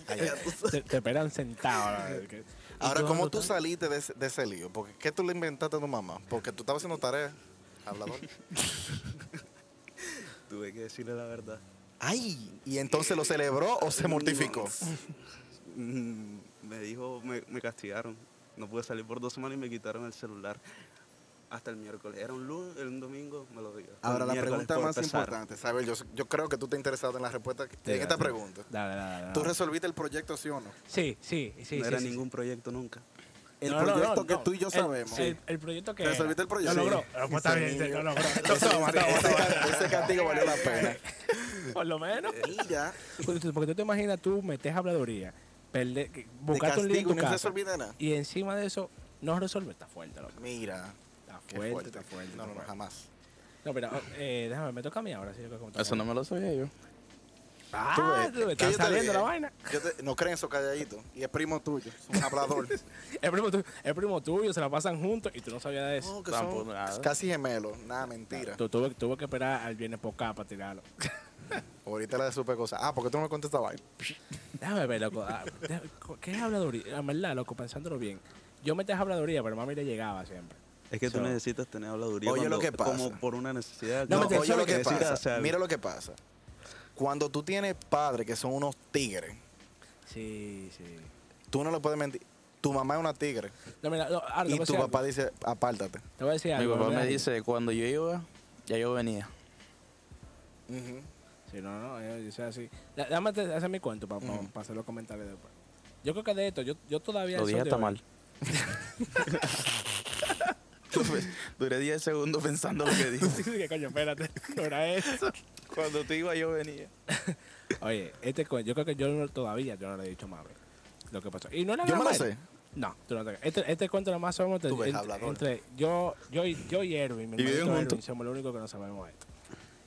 Speaker 3: Ay,
Speaker 6: Ya
Speaker 3: ay.
Speaker 6: tú sabes.
Speaker 2: Te, te esperan sentado. la verdad, que-
Speaker 3: Ahora,
Speaker 2: ¿Y
Speaker 3: ¿cómo
Speaker 2: dónde
Speaker 3: tú
Speaker 2: estás?
Speaker 3: saliste de ese, de ese lío? Porque ¿qué tú le inventaste a tu mamá? Porque tú estabas haciendo tareas. Hablador.
Speaker 6: Tuve que decirle la verdad.
Speaker 3: ¡Ay! ¿Y entonces lo celebró o se mortificó?
Speaker 6: Mm, Me dijo, me, me castigaron. No pude salir por dos semanas y me quitaron el celular. hasta el miércoles. Era un lunes, era un domingo, me lo diga.
Speaker 3: Ahora,
Speaker 6: El
Speaker 3: la
Speaker 6: miércoles
Speaker 3: pregunta
Speaker 6: por
Speaker 3: más
Speaker 6: pesar.
Speaker 3: importante, ¿sabes? Yo, yo creo que tú te has interesado en la respuesta, que- en esta pregunta.
Speaker 2: Dale, dale, dale.
Speaker 3: ¿Tú resolviste el proyecto, sí o no?
Speaker 2: Sí, sí, sí. sí,
Speaker 6: no era
Speaker 2: sí, sí.
Speaker 6: ningún proyecto nunca.
Speaker 3: El
Speaker 2: No, no,
Speaker 3: proyecto
Speaker 2: no,
Speaker 3: que
Speaker 2: no.
Speaker 3: tú y yo
Speaker 2: El-
Speaker 3: sabemos.
Speaker 2: El, el proyecto que.
Speaker 3: ¿Te
Speaker 2: era.
Speaker 3: resolviste el proyecto?
Speaker 2: Lo logró.
Speaker 3: Sí.
Speaker 2: No, pues, está
Speaker 3: Sí,
Speaker 2: bien,
Speaker 3: niño.
Speaker 2: te- *laughs* lo logró.
Speaker 3: Ese,
Speaker 2: Toma, toma,
Speaker 3: ese
Speaker 2: toma.
Speaker 3: ca- ese castigo valió la pena.
Speaker 2: Por lo menos.
Speaker 3: Y ya,
Speaker 2: Porque tú, porque tú te imaginas, tú metes habladuría, perder, que-
Speaker 3: de
Speaker 2: buscaste un lío en
Speaker 3: castigo
Speaker 2: tu
Speaker 3: no
Speaker 2: casa,
Speaker 3: se olvida nada.
Speaker 2: y encima de eso no resuelve. Está fuerte, loco.
Speaker 3: Mira,
Speaker 2: Está
Speaker 3: qué
Speaker 2: fuerte,
Speaker 3: fuerte.
Speaker 2: está fuerte.
Speaker 3: No, no, no,
Speaker 2: está fuerte.
Speaker 3: jamás.
Speaker 2: No, pero eh, déjame, me toca a mí ahora. Sí, yo creo que me toca a
Speaker 4: Eso
Speaker 2: mí.
Speaker 4: no me lo sabía yo.
Speaker 3: Tú
Speaker 2: Ah,
Speaker 3: ves,
Speaker 2: tú,
Speaker 3: que
Speaker 2: está
Speaker 3: yo te
Speaker 2: saliendo
Speaker 3: dije,
Speaker 2: la vaina.
Speaker 3: yo te- no creen eso calladito. Y es primo tuyo, es
Speaker 2: *laughs*
Speaker 3: un hablador.
Speaker 2: Es primo, tu- es primo tuyo, se la pasan juntos y tú no sabías de eso.
Speaker 3: No, que
Speaker 4: Tampoco
Speaker 3: son
Speaker 4: nada.
Speaker 3: casi gemelos, nada, mentira.
Speaker 2: Tú, tuve, tuve que esperar al viernes por acá para tirarlo. *laughs*
Speaker 3: Ahorita la de supe cosa. Ah, porque tú no me contestas vaina.
Speaker 2: Déjame ver, loco. ah, déjame- ¿Qué es habladuría? En verdad, loco, pensándolo bien. Yo metía habladuría, pero mami le llegaba siempre.
Speaker 6: Es que
Speaker 2: So-
Speaker 6: tú necesitas tener habladuría
Speaker 3: Oye, lo
Speaker 6: cuando-
Speaker 3: que pasa.
Speaker 6: como por una necesidad.
Speaker 3: No,
Speaker 2: No, mentira,
Speaker 3: oye
Speaker 2: ¿sabes
Speaker 3: lo que
Speaker 2: qué?
Speaker 6: Necesitas hacer
Speaker 3: pasa.
Speaker 6: algo.
Speaker 3: Mira lo que pasa. Cuando tú tienes padres que son unos tigres,
Speaker 2: Sí, sí.
Speaker 3: tú no le puedes mentir. Tu mamá es una tigre.
Speaker 2: No, mira, no, ahora te
Speaker 3: Y
Speaker 2: voy a
Speaker 3: tu
Speaker 2: decir
Speaker 3: papá
Speaker 2: algo.
Speaker 3: dice, apártate.
Speaker 2: Te voy a decir
Speaker 4: Mi
Speaker 2: algo.
Speaker 4: papá
Speaker 2: ¿verdad?
Speaker 4: me dice, cuando yo iba, ya yo venía.
Speaker 3: Ujú.
Speaker 2: Sí, no, no, yo, yo soy así. Da- Déjame te- hacer mi cuento para hacer los comentarios después. Yo creo que de esto, yo, yo todavía.
Speaker 4: Lo
Speaker 2: soy
Speaker 4: dije
Speaker 2: de
Speaker 4: hasta
Speaker 2: hoy.
Speaker 4: mal. *laughs* Duré 10 segundos pensando lo
Speaker 2: *laughs*
Speaker 4: que
Speaker 2: Sí,
Speaker 6: *laughs*
Speaker 2: sí,
Speaker 4: dije.
Speaker 2: que coño, espérate. No era eso.
Speaker 4: Cuando tú ibas, yo venía.
Speaker 2: Oye, este cu- yo creo que yo no- todavía yo no le he dicho a mami lo que pasó. Y no era
Speaker 3: Yo me
Speaker 2: nada
Speaker 3: la
Speaker 2: bueno.
Speaker 3: sé.
Speaker 2: No, tú no te Este, este cuento nada más somos entre,
Speaker 3: Tú ves,
Speaker 2: entre-
Speaker 3: hablador.
Speaker 2: entre yo, yo, y- yo y Erwin, mi
Speaker 4: Y viven
Speaker 2: hermanito Erwin,
Speaker 4: juntos.
Speaker 2: somos los únicos que no sabemos esto.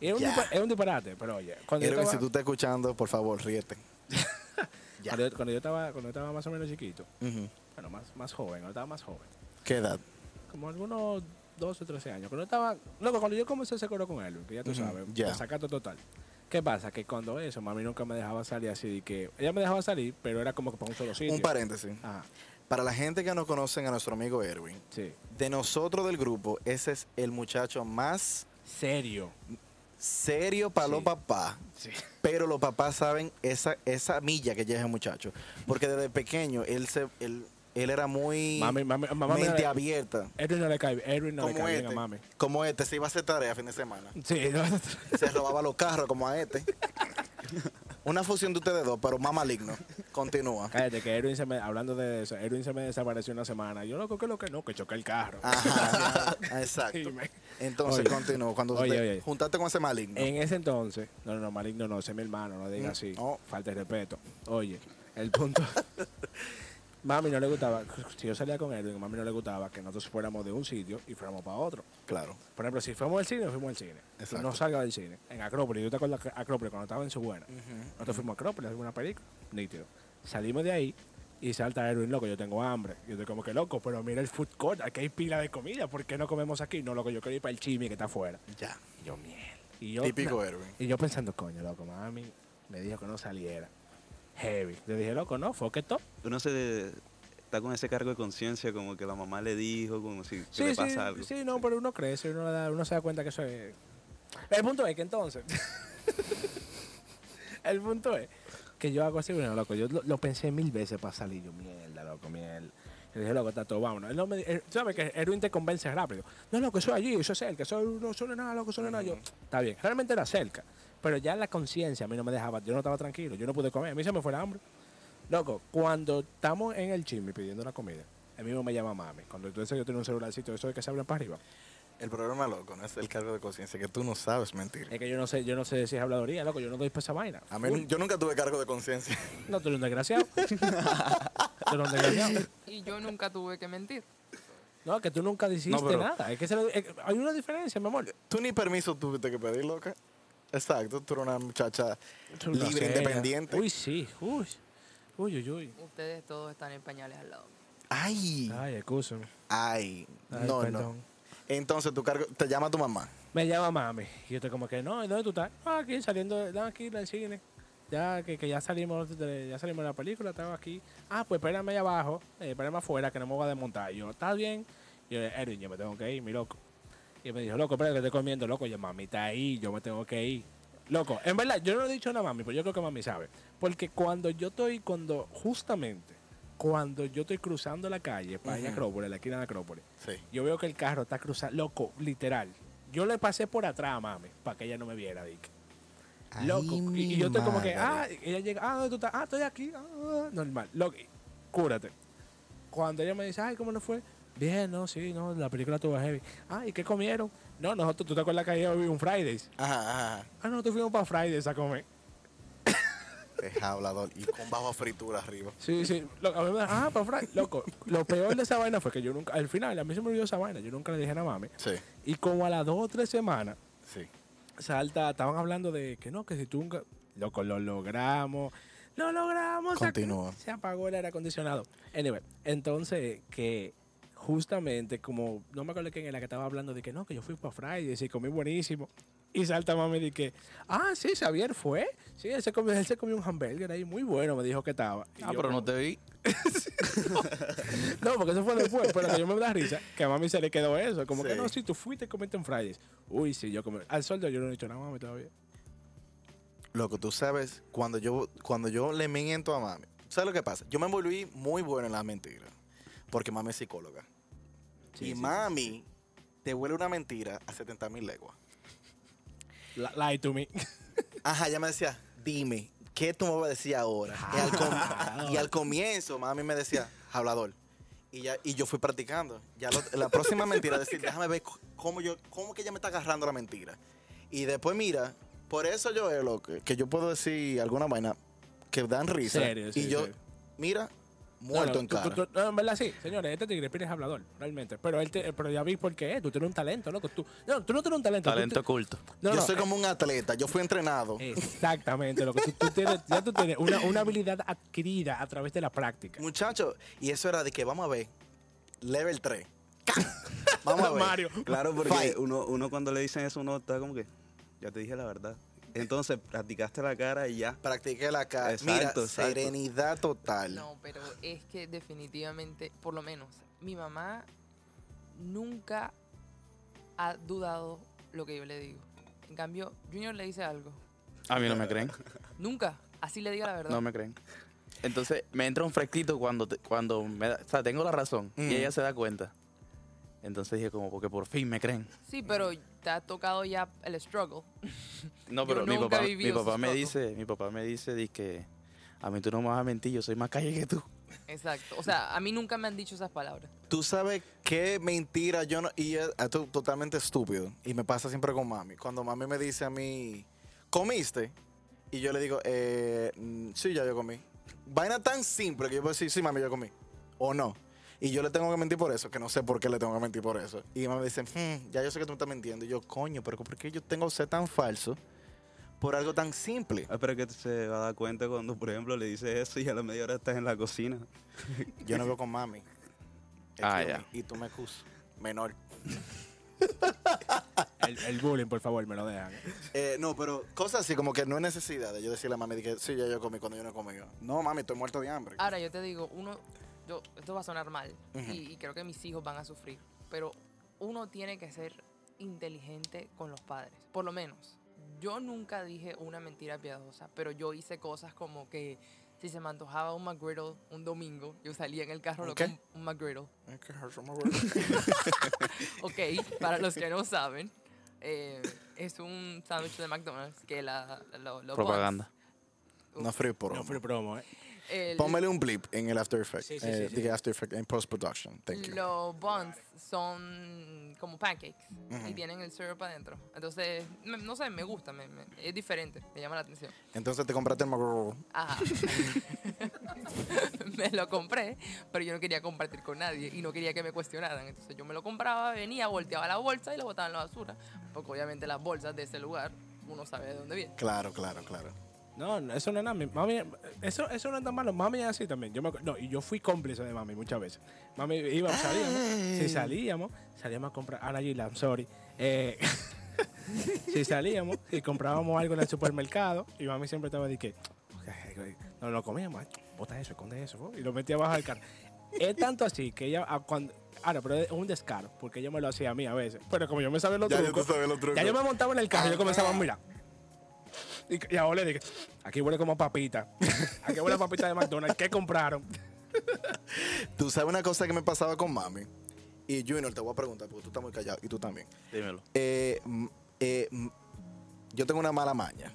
Speaker 2: Y es, un,
Speaker 3: Ya.
Speaker 2: dispar- es un disparate, pero oye, cuando yo
Speaker 3: Erwin,
Speaker 2: estaba-
Speaker 3: si tú estás escuchando, por favor,
Speaker 2: *laughs*
Speaker 3: ríete. ya.
Speaker 2: cuando yo- cuando yo estaba cuando yo estaba más o menos chiquito,
Speaker 3: Ujú.
Speaker 2: bueno, más, más joven, cuando estaba más joven,
Speaker 3: ¿Qué edad?
Speaker 2: como algunos 12 o 13 años. Cuando estaba, loco, cuando yo comencé ese coro con él, que ya tú
Speaker 3: Ujú,
Speaker 2: sabes,
Speaker 3: ya.
Speaker 2: desacato total. ¿Qué pasa? Que cuando eso, mami nunca me dejaba salir así, de que ella me dejaba salir, pero era como que para un solo sitio.
Speaker 3: Un paréntesis.
Speaker 2: Ajá,
Speaker 3: Para la gente que no conocen a nuestro amigo Erwin,
Speaker 2: sí.
Speaker 3: de nosotros del grupo, ese es el muchacho más
Speaker 2: Serio.
Speaker 3: serio para los
Speaker 2: Sí.
Speaker 3: papás.
Speaker 2: Sí.
Speaker 3: Pero los papás saben esa, esa milla que lleva ese muchacho. Porque desde pequeño él se él, él era muy
Speaker 2: *laughs* Mami, mami, mamá me-
Speaker 3: mente abierta.
Speaker 2: Erwin no le cae, Erwin no le
Speaker 3: como
Speaker 2: cae
Speaker 3: este.
Speaker 2: bien a mami.
Speaker 3: Como este, se iba a hacer tarea fin de semana.
Speaker 2: Sí, *laughs* no,
Speaker 3: Se robaba los carros como
Speaker 2: *laughs*
Speaker 3: a este. Una fusión de ustedes dos, pero más maligno. Continúa.
Speaker 2: cállate, que Erwin se me, hablando de eso, Erwin se me desapareció una semana. Yo loco, que lo que no, que choqué el carro.
Speaker 3: *laughs* Ajá,
Speaker 2: Sí,
Speaker 3: exacto.
Speaker 2: me-
Speaker 3: Entonces,
Speaker 2: Oye.
Speaker 3: continúa. Cuando
Speaker 2: Oye,
Speaker 3: te-
Speaker 2: oye.
Speaker 3: juntaste con ese maligno.
Speaker 2: En ese entonces, no, no, no, maligno no, sé mi hermano, no diga
Speaker 3: Mm,
Speaker 2: así.
Speaker 3: no.
Speaker 2: Falta de respeto. Oye, el
Speaker 3: *laughs*
Speaker 2: punto. mami no le gustaba, si yo salía con Erwin, a mami no le gustaba que nosotros fuéramos de un sitio y fuéramos para otro.
Speaker 3: Claro.
Speaker 2: Por ejemplo, si fuimos al cine, fuimos al cine.
Speaker 3: Exacto.
Speaker 2: No salga del cine. En Acrópolis, yo te acuerdo de Acrópolis cuando estaba en su buena. Nosotros fuimos a Acrópolis, hicimos una película, nítido. Salimos de ahí y salta Erwin, loco, yo tengo hambre. Yo estoy como que loco, pero mira el food court, aquí hay pila de comida, ¿por qué no comemos aquí? No, loco, yo quiero ir para el chimi que está afuera.
Speaker 3: Ya.
Speaker 2: Y yo, miel. Y yo,
Speaker 3: Típico
Speaker 2: na-
Speaker 3: Erwin.
Speaker 2: y yo pensando, coño, loco, mami me dijo que no saliera. Heavy. Le dije, loco, no, fue que todo.
Speaker 6: Uno se está con ese cargo de conciencia, como que la mamá le dijo, como si que le pasa
Speaker 2: sí,
Speaker 6: algo.
Speaker 2: sí, no, pero uno crece, uno, le da- uno se da cuenta que eso es... El punto es que entonces... *laughs* el punto es que yo hago así, bueno, loco, yo lo, lo pensé mil veces para salir, yo, mierda, loco, mierda. Le dije, loco, está todo, vámonos. Él no me, di- él- ¿Sabes que Erwin te convence rápido? No, loco, eso es allí, eso es cerca, eso no suena nada, loco, suena nada. Yo, está bien, realmente era cerca, pero ya la conciencia a mí no me dejaba, yo no estaba tranquilo, yo no pude comer, a mí se me fue el hambre. Loco, cuando estamos en el chimi pidiendo la comida, el mismo me llama mami. Cuando tú dices yo tengo un celularcito, eso de que se hablan para arriba.
Speaker 3: El problema, loco, no es el cargo de conciencia, que tú no sabes mentir.
Speaker 2: Es que yo no sé, yo no sé si es habladoría, loco, yo no doy para esa vaina. Ah,
Speaker 3: A mí, nu- yo nunca tuve cargo de conciencia. *laughs*
Speaker 2: No, tú eres un desgraciado. tú eres un desgraciado.
Speaker 5: Y yo nunca tuve que mentir.
Speaker 2: No, es que tú nunca hiciste
Speaker 4: pero-
Speaker 2: nada. Es que se lo- es- hay una diferencia, mi amor.
Speaker 3: Tú ni permiso tuviste que pedir, loca. Exacto, tú eres una muchacha
Speaker 2: Tú
Speaker 3: libre,
Speaker 2: grosera.
Speaker 3: independiente.
Speaker 2: Uy, sí, uy. Uy, uy, uy.
Speaker 5: Ustedes todos están en pañales al lado. mío.
Speaker 3: Ay,
Speaker 2: Ay, excúsame.
Speaker 3: Ah. ay,
Speaker 2: Ay,
Speaker 3: no,
Speaker 2: perdón.
Speaker 3: no. Entonces tu cargo, te llama tu mamá.
Speaker 2: Me llama mami. Y yo estoy como que, no, ¿y ¿dónde tú estás? Ah, aquí saliendo, de- aquí en el cine. Ya que, que ya salimos de, ya salimos de la película, estaba aquí. Ah, pues espérame allá abajo, eh, espérame afuera que no me voy a desmontar. Y yo, ¿estás bien? Y yo, Erwin, yo me tengo que ir, mi loco. Y me dijo, loco, espérate, que estoy comiendo, loco. Y yo, mami, está ahí, yo me tengo que ir. Loco, en verdad, yo no le he dicho nada a mami, pero yo creo que mami sabe. Porque cuando yo estoy, cuando justamente cuando yo estoy cruzando la calle para ir a Acrópolis, la esquina de Acrópolis,
Speaker 3: Sí.
Speaker 2: yo veo que el carro está cruzando, loco, literal. Yo le pasé por atrás, mami, para que ella no me viera, Dick. Loco.
Speaker 3: Ay,
Speaker 2: Y, y
Speaker 3: mi
Speaker 2: yo estoy como que, ah,
Speaker 3: madre.
Speaker 2: ella llega, ah, ¿dónde tú estás? Ah, estoy aquí, ah, normal. Loco, y- cúrate. Cuando ella me dice, ay, ¿cómo le fue? Bien, no, sí, no, la película tuvo heavy. Ah, ¿y qué comieron? No, nosotros, ¿tú te acuerdas que ayer vimos un Fridays?
Speaker 3: Ajá, ajá.
Speaker 2: Ah, no, nosotros fuimos para Fridays a comer.
Speaker 3: Es hablador y con bajo fritura arriba.
Speaker 2: Sí, sí. Lo, a mí me da- ah, pero Frank, loco, lo peor de esa vaina fue que yo nunca, al final, a mí se me olvidó esa vaina, yo nunca le dije nada mami.
Speaker 3: Sí,
Speaker 2: Y como a las dos o tres semanas,
Speaker 3: sí.
Speaker 2: salta, estaban hablando de que no, que si tú nunca, loco, lo logramos, lo logramos. se ac-
Speaker 3: Continúa.
Speaker 2: Se, apagó el aire acondicionado. Anyway, entonces que justamente como, no me acuerdo quién era que estaba hablando de que no, que yo fui para Fridays y comí buenísimo. Y salta mami de que, ah, sí, Xavier fue. Sí, él se comió, él se comió un hamburger ahí muy bueno, me dijo que estaba. Y
Speaker 4: Ah,
Speaker 2: yo
Speaker 4: pero
Speaker 2: como-
Speaker 4: no te vi.
Speaker 2: no, porque eso fue después, pero que yo me da risa que a mami se le quedó eso. Como que
Speaker 3: Sí.
Speaker 2: no, si tú fuiste, comiste en Fridays. Uy, sí, yo comí. Al sueldo yo no he dicho nada, mami, todavía.
Speaker 3: Loco, tú sabes, cuando yo, cuando yo le miento a mami, ¿sabes lo que pasa? Yo me envolví muy bueno en las mentiras, porque mami es psicóloga.
Speaker 2: Sí,
Speaker 3: y
Speaker 2: sí,
Speaker 3: mami te huele una mentira a 70 mil leguas.
Speaker 2: Li- Lie to me.
Speaker 3: Ajá, ella me decía, dime, ¿qué tú me vas a decir ahora? Y al, com- y al comienzo, mami me decía, hablador. Y, ya, y yo fui practicando. Ya lo- la próxima
Speaker 2: *laughs*
Speaker 3: mentira, decir, déjame ver c- cómo, yo, cómo que ella me está agarrando la mentira. Y después, mira, por eso yo veo lo que, que yo puedo decir alguna vaina que dan risa.
Speaker 2: Serio,
Speaker 3: y
Speaker 2: sí,
Speaker 3: yo,
Speaker 2: serio.
Speaker 3: mira, muerto
Speaker 2: No, no,
Speaker 3: en
Speaker 2: tú-
Speaker 3: cara.
Speaker 2: tú- tú- no, en verdad sí, señores, este tigre Pires es hablador, realmente. Pero, él te- pero ya vi por qué, tú tienes un talento, loco. Tú, no, tú no tienes un talento. tú
Speaker 4: Talento
Speaker 2: ti-
Speaker 4: oculto.
Speaker 2: no,
Speaker 3: yo
Speaker 2: no, eh.
Speaker 3: soy como un atleta, yo fui entrenado.
Speaker 2: Exactamente, loco. Tú, tú tienes, ya tú tienes una, una habilidad adquirida a través de la práctica.
Speaker 3: Muchacho, y eso era de que vamos a ver, level
Speaker 2: *laughs*
Speaker 3: 3. vamos a ver.
Speaker 2: Mario.
Speaker 6: Claro, porque
Speaker 3: Fight.
Speaker 6: uno, uno cuando le dicen eso, uno está como que, ya te dije la verdad. Entonces, practicaste la cara y ya.
Speaker 3: Practiqué la cara.
Speaker 6: Exacto,
Speaker 3: Mira,
Speaker 6: exacto.
Speaker 3: serenidad total.
Speaker 5: No, pero es que definitivamente, por lo menos, mi mamá nunca ha dudado lo que yo le digo. En cambio, Junior le dice algo.
Speaker 4: A mí no me creen.
Speaker 5: Nunca. Así le digo la verdad.
Speaker 4: No me creen. Entonces me entra un fresquito cuando, te- cuando me da- o sea, tengo la razón
Speaker 6: Mm.
Speaker 4: y ella se da cuenta. Entonces dije como, porque por fin me creen.
Speaker 5: Sí, pero te ha tocado ya el struggle.
Speaker 4: No,
Speaker 5: Yo
Speaker 4: pero mi
Speaker 5: nunca
Speaker 4: papá,
Speaker 5: he vivido
Speaker 4: mi papá
Speaker 5: esos
Speaker 4: me
Speaker 5: tratos.
Speaker 4: dice, mi papá me dice, que a mí tú no me vas a mentir, yo soy más calle que tú.
Speaker 5: Exacto. O sea, a mí nunca me han dicho esas palabras.
Speaker 3: Tú sabes qué mentira yo no. Y es- esto es totalmente estúpido. Y me pasa siempre con mami. Cuando mami me dice a mí, ¿comiste? Y yo le digo, eh, mm, sí, ya yo comí. Vaina tan simple que yo puedo decir, sí, mami, yo comí. O no. Y yo le tengo que mentir por eso, que no sé por qué le tengo que mentir por eso. Y mami me dice, "Hmm, ya yo sé que tú me estás mintiendo. Y yo, coño, pero ¿por qué yo tengo que ser tan falso por algo tan simple?
Speaker 6: Ah, pero que se va a dar cuenta cuando, por ejemplo, le dices eso y a la media hora estás en la cocina.
Speaker 3: Yo no veo con mami.
Speaker 4: Ah,
Speaker 3: Excuse
Speaker 4: ya.
Speaker 3: me. Y tú me acusas. Menor.
Speaker 2: El, el bullying, por favor, me lo dejan.
Speaker 3: Eh, no, pero cosas así como que no es necesidad de yo decirle a mami de que sí, ya yo comí cuando yo no comí. No, mami, estoy muerto de hambre.
Speaker 5: Ahora, yo te digo, uno, yo, esto va a sonar mal
Speaker 3: Ujú.
Speaker 5: y, y creo que mis hijos van a sufrir, pero uno tiene que ser inteligente con los padres, por lo menos. Yo nunca dije una mentira piadosa, pero yo hice cosas como que si se me antojaba un McGriddle un domingo, yo salía en el carro,
Speaker 3: ¿Un
Speaker 5: lo
Speaker 3: qué?
Speaker 5: com- un McGriddle.
Speaker 3: Es que es como bueno. *laughs*
Speaker 5: Ok, *laughs* para los que no saben, eh, es un sándwich de McDonald's que la, lo, lo
Speaker 4: Propaganda. *laughs*
Speaker 3: no free por
Speaker 2: No fue promo, ¿eh?
Speaker 5: buns- el-
Speaker 3: Póngale un blip en el After Effects.
Speaker 2: Sí, sí,
Speaker 3: Eh,
Speaker 2: sí, sí.
Speaker 3: diga After Effects en post-production. Thank you.
Speaker 5: Los buns son como pancakes
Speaker 3: Ujú.
Speaker 5: y tienen el syrup adentro. Entonces, me- no sé, me gusta, me- me- es diferente, me llama la atención.
Speaker 3: Entonces te compraste el McGriddle. *laughs*
Speaker 5: Ajá. me lo compré, pero yo no quería compartir con nadie y no quería que me cuestionaran. Entonces yo me lo compraba, venía, volteaba la bolsa y lo botaba en la basura. Porque obviamente las bolsas de ese lugar, uno sabe de dónde vienen.
Speaker 3: Claro, claro, claro.
Speaker 2: No, no, eso no es nada. mi- Mami, eso, eso no es tan malo. Mami es así también. Yo me, acu- no, y yo fui cómplice de mami muchas veces. Mami iba, salíamos. Si salíamos, salíamos a comprar. Ana Gila, I'm sorry. Eh, *laughs* si salíamos y comprábamos algo en el supermercado, y mami siempre estaba de que. No lo comíamos. ay, Bota eso, esconde eso. oh", Y lo metía abajo del carro. Es tanto así que ella. ah, Cuando, ahora, pero es un descaro, porque ella me lo hacía a mí a veces. Pero como yo me sabía los
Speaker 3: Ya yo
Speaker 2: trucos,
Speaker 3: te sabía los trucos.
Speaker 2: Ya yo me montaba en el carro y yo comenzaba a mirar. Y, y
Speaker 3: *laughs*
Speaker 2: ahora le dije, aquí huele como a papita. Aquí huele a papita de McDonald's. ¿Qué compraron?
Speaker 3: Tú sabes una cosa que me pasaba con mami. Y Junior, te voy a preguntar, porque tú estás muy callado. Y tú también.
Speaker 4: Dímelo.
Speaker 3: Eh, mm, eh, mm, yo tengo una mala maña.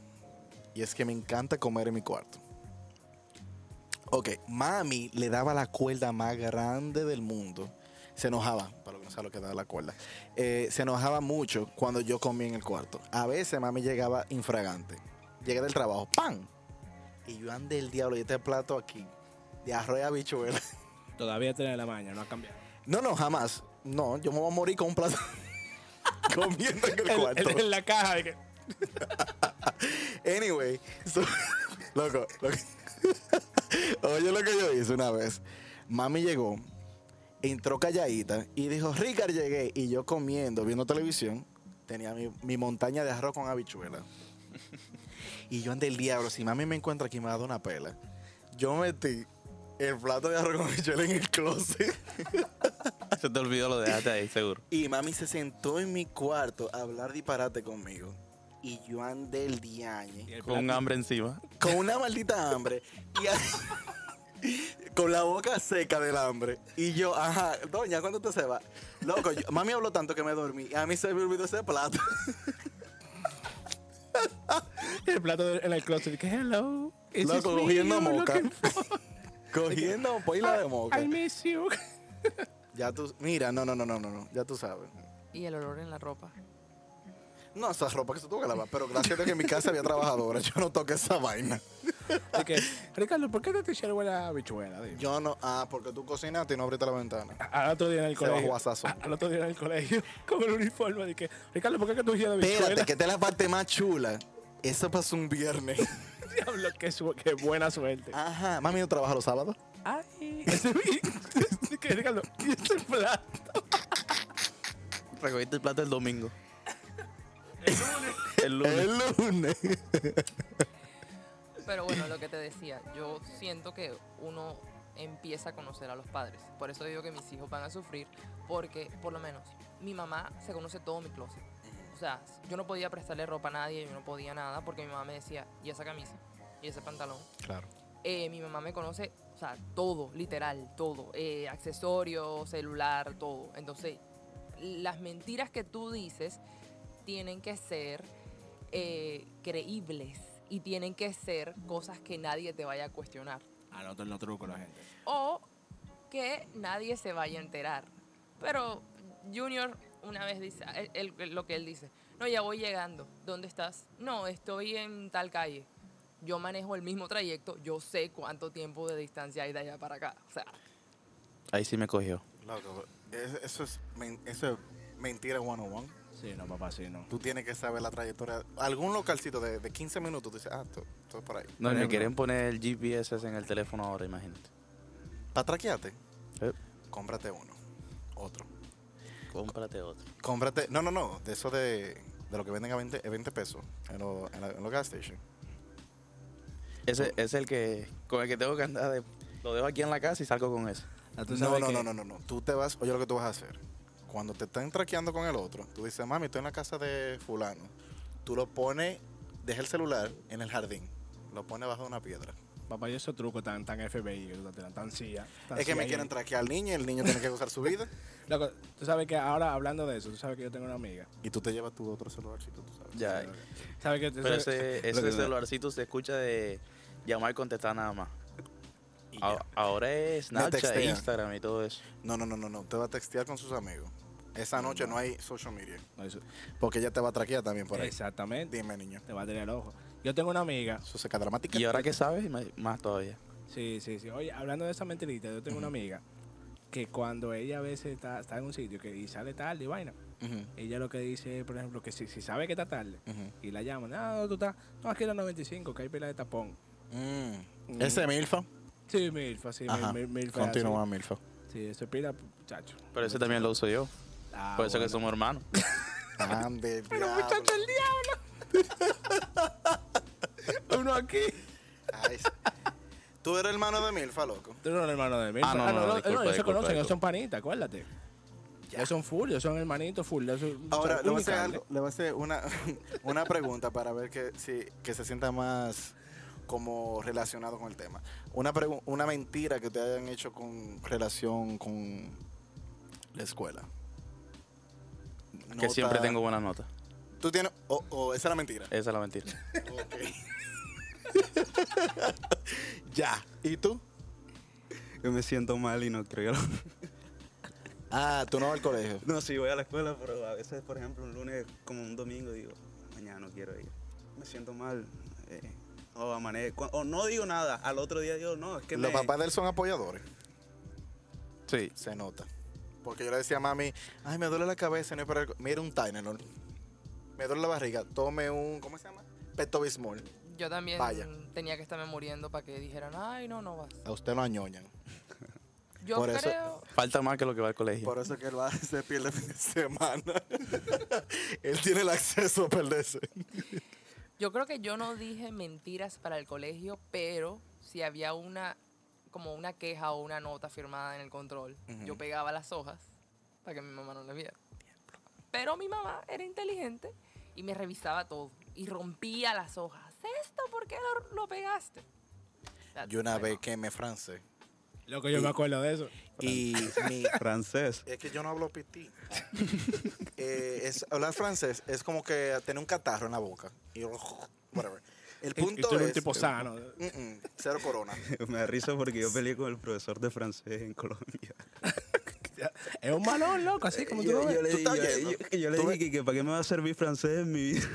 Speaker 3: Y es que me encanta comer en mi cuarto. Ok, mami le daba la cuerda más grande del mundo. Se enojaba, para lo que no sabe lo que daba la cuerda. Eh, se enojaba mucho cuando yo comía en el cuarto. A veces mami llegaba infragante. Llegué del trabajo, ¡pam! Y yo andé el diablo y este plato aquí, de arroz y habichuela.
Speaker 2: Todavía tiene la maña, no ha cambiado.
Speaker 3: No, no, jamás. No, yo me voy a morir con un plato *laughs* comiendo en el cuarto.
Speaker 2: En la caja. de que-
Speaker 3: Anyway, so- *laughs* loco, loco. *laughs* Oye lo que yo hice una vez. Mami llegó, entró calladita y dijo, Ricard, llegué. Y yo comiendo, viendo televisión, tenía mi, mi montaña de arroz con habichuela. Y yo andé el diablo, si mami me encuentra aquí me va a dar una pela. Yo metí el plato de arroz con habichuela en el closet.
Speaker 4: Se te olvidó, lo dejaste ahí, seguro.
Speaker 3: Y mami se sentó en mi cuarto a hablar disparate conmigo. Y yo andé el diañe.
Speaker 2: y el
Speaker 4: Con
Speaker 2: plato-
Speaker 4: hambre encima.
Speaker 3: con una maldita hambre y a- *laughs* con la boca seca del hambre. Y yo, ajá, doña, ¿cuándo te se va? Loco, yo- mami habló tanto que me dormí. A mí se me olvidó ese plato. *laughs*
Speaker 2: el plato de- en el closet. y que, hello. is this
Speaker 3: Loco,
Speaker 2: me
Speaker 3: cogiendo
Speaker 2: you're
Speaker 3: moca. *laughs*
Speaker 2: looking for?"
Speaker 3: Cogiendo poila de moca.
Speaker 2: I miss *laughs* you.
Speaker 3: Ya tú, mira, no, no, no, no, no, no, ya tú sabes.
Speaker 5: Y el olor en la ropa.
Speaker 3: No, esa ropa que se tuvo que lavar, pero gracias a Dios que en mi casa había trabajadora, yo no toqué esa vaina.
Speaker 2: Y que, Ricardo, ¿por qué te t-shirt huele a bichuela?
Speaker 3: Yo no, ah, porque tú cocinaste y no abriste la ventana.
Speaker 2: Al otro día en el
Speaker 3: Se bajó
Speaker 2: colegio.
Speaker 3: a sazón.
Speaker 2: a- Al otro día en el colegio. *laughs* Con el uniforme. de que, Ricardo, ¿por qué que tú hicieras bichuela?
Speaker 3: Espérate, que esta es la parte más chula. Eso pasó un viernes.
Speaker 2: *laughs* Diablo, qué, su- qué buena suerte.
Speaker 3: Ajá, *laughs* mami no trabaja los sábados.
Speaker 2: Ay. *laughs* Ese, y que, Ricardo, ¿y ese plato?
Speaker 4: Recogiste el plato el domingo. *laughs* El lunes.
Speaker 3: El lunes.
Speaker 5: Pero bueno, lo que te decía, yo siento que uno empieza a conocer a los padres. Por eso digo que mis hijos van a sufrir, porque por lo menos mi mamá se conoce todo mi closet. O sea, yo no podía prestarle ropa a nadie, yo no podía nada, porque mi mamá me decía, y esa camisa, y ese pantalón.
Speaker 3: Claro.
Speaker 5: Eh, mi mamá me conoce, o sea, todo, literal, todo. Eh, accesorio, celular, todo. Entonces, las mentiras que tú dices tienen que ser eh, creíbles y tienen que ser cosas que nadie te vaya a cuestionar
Speaker 2: Anoten los trucos, la gente.
Speaker 5: o que nadie se vaya a enterar. Pero Junior una vez dice, él- él- él- lo que él dice, no, ya voy llegando, ¿dónde estás? No, estoy en tal calle. Yo manejo el mismo trayecto, yo sé cuánto tiempo de distancia hay de allá para acá. O sea,
Speaker 4: Ahí sí me cogió.
Speaker 3: Loco, es- eso es, men- eso es mentira 101.
Speaker 2: Sí, no, papá, sí, no.
Speaker 3: Tú tienes que saber la trayectoria. Algún localcito de, de 15 minutos, tú dices, ah, esto esto es por ahí.
Speaker 4: No, y me
Speaker 2: Pero-
Speaker 4: quieren poner el GPS en el teléfono ahora, imagínate.
Speaker 3: ¿Para traquearte?
Speaker 4: Eh,
Speaker 3: Cómprate uno. Otro.
Speaker 4: cómprate otro.
Speaker 3: Cómprate. No, no, no. De eso de, de lo que venden a 20, a 20 pesos en los en la- en los gas station.
Speaker 4: Ese es el que con el que tengo que andar. de- lo dejo aquí en la casa y salgo con eso.
Speaker 2: Ah, tú
Speaker 3: No,
Speaker 2: sabes
Speaker 3: no,
Speaker 2: que-
Speaker 3: no, no, no, no. Tú te vas, oye lo que tú vas a hacer. Cuando te están traqueando con el otro, tú dices, mami, estoy en la casa de fulano. Tú lo pones, deja el celular en el jardín. Lo pones bajo una piedra.
Speaker 2: Papá, yo esos trucos tan, tan FBI, que tú te dan, tan CIA. tan
Speaker 3: Es que me
Speaker 2: CIA.
Speaker 3: quieren traquear al niño y el niño tiene que gozar su vida.
Speaker 2: Loco, tú sabes que ahora hablando de eso, tú sabes que yo tengo una amiga.
Speaker 3: Y tú te llevas tu otro celularcito, tú sabes.
Speaker 4: Ya.
Speaker 2: ¿Sabes que tú
Speaker 4: Pero
Speaker 2: sabes-
Speaker 4: ese,
Speaker 2: lo que-
Speaker 4: ese celularcito se escucha de llamar y contestar nada más.
Speaker 3: Y
Speaker 4: A-
Speaker 3: ya.
Speaker 4: Ahora es
Speaker 3: Me
Speaker 4: Snapchat,
Speaker 3: textea.
Speaker 4: Instagram y todo eso.
Speaker 3: No, no, no, no, no. Te va a textear con sus amigos. Esa noche no hay social media.
Speaker 2: No, eso-
Speaker 3: Porque ella te va a traquear también por ahí.
Speaker 2: Exactamente.
Speaker 3: Dime, niño.
Speaker 2: Te va a tener el ojo. Yo tengo una amiga.
Speaker 3: Eso seca dramática.
Speaker 4: Y ahora que sabes, ma- más todavía.
Speaker 2: Sí, sí, sí. Oye, hablando de esa mentirita, yo tengo una amiga que cuando ella a veces está, está en un sitio que, y sale tarde y vaina,
Speaker 3: Ujú,
Speaker 2: ella lo que dice, por ejemplo, que si, si sabe que está tarde
Speaker 3: ujú.
Speaker 2: y la llaman, ah, no, tú estás, no, aquí en la 95, que hay pila de tapón.
Speaker 3: Mm.
Speaker 2: Mm.
Speaker 3: Ese Milfa.
Speaker 2: Sí, milfa, sí,
Speaker 3: Ajá.
Speaker 2: mil, mil, milfa,
Speaker 3: Continúa, Milfa.
Speaker 2: sí. Sí, eso es pila, chacho.
Speaker 4: Pero ese también lo uso yo.
Speaker 2: Ah,
Speaker 4: Por eso que
Speaker 2: bueno.
Speaker 4: somos hermanos.
Speaker 3: Ande, diablo.
Speaker 2: *laughs* Uno aquí.
Speaker 3: Ay, sí. Tú eres hermano de Milfa, loco.
Speaker 2: Tú no eres hermano de mí.
Speaker 4: Ah, no, no, no, disculpa,
Speaker 2: ellos se
Speaker 4: disculpa,
Speaker 2: conocen, ellos
Speaker 4: disculpa.
Speaker 2: son panitas, acuérdate.
Speaker 3: Ya.
Speaker 2: Ellos son full, ellos son hermanitos full. ellos son-
Speaker 3: Ahora,
Speaker 2: son
Speaker 3: le voy a hacer,
Speaker 2: unicarnes.
Speaker 3: *laughs* algo- le voy a hacer una, una pregunta para ver que, si, que se sienta más, como relacionado con el tema. Una, pregu- una mentira que te hayan hecho con relación con la escuela.
Speaker 4: Que
Speaker 3: Nota-
Speaker 4: siempre tengo Eh. buenas notas.
Speaker 3: Tú tienes. O o esa es la mentira.
Speaker 4: Esa es
Speaker 3: *laughs*
Speaker 4: la mentira.
Speaker 3: Ya. ¿Y tú?
Speaker 6: Yo me siento mal y no creo. *laughs*
Speaker 3: Ah, tú no vas al colegio.
Speaker 6: No, sí, voy a la escuela, pero a veces, por ejemplo, un lunes como un domingo, digo, mañana no quiero ir. Me siento mal. eh, o amanezco. O no digo nada. Al otro día digo, no, es que
Speaker 3: Los
Speaker 6: me- *laughs*
Speaker 3: papás de él son apoyadores.
Speaker 4: Sí.
Speaker 3: Se nota. Porque yo le decía a mami, ay, me duele la cabeza, no es para el co-". Mira un Tylenol. Me duele la barriga, tome un, ¿cómo se llama? Pepto Bismol.
Speaker 5: Yo también
Speaker 3: Vaya.
Speaker 5: tenía que estarme muriendo para que dijeran, ay, no, no vas.
Speaker 3: A usted lo añoñan.
Speaker 5: Yo
Speaker 3: Por eso-
Speaker 5: creo,
Speaker 4: Falta más que lo que va al colegio.
Speaker 3: Por eso que él va, *laughs* se pierde el fin de semana. *laughs* él tiene el acceso a perderse.
Speaker 5: yo creo que yo no dije mentiras para el colegio, pero si había una, como una queja o una nota firmada en el control, yo pegaba las hojas para que mi mamá no las viera. Pero mi mamá era inteligente y me revisaba todo y rompía las hojas. ¿Esto por qué lo, lo pegaste?
Speaker 3: Yo una vez quemé francés.
Speaker 2: Loco, yo me acuerdo de eso.
Speaker 3: Y *laughs* mi,
Speaker 6: Francés. *laughs*
Speaker 3: Es que yo no hablo pití. Eh, es, hablar francés es como que tener un catarro en la boca. Y yo, whatever. El
Speaker 2: Y- y
Speaker 3: punto
Speaker 2: tú eres
Speaker 3: es.
Speaker 2: un tipo sano.
Speaker 3: Mm, mm, cero corona.
Speaker 6: Me da risa porque yo peleé con el profesor de francés en Colombia.
Speaker 2: Es un malón, loco, así como tú lo
Speaker 6: yo,
Speaker 2: ves.
Speaker 6: yo le,
Speaker 3: ¿Tú
Speaker 6: dije,
Speaker 3: estás
Speaker 6: yo-
Speaker 3: oyendo?
Speaker 6: yo- yo le
Speaker 3: ¿Tú
Speaker 6: dije que, que para qué me va a servir francés en mi *laughs* vida.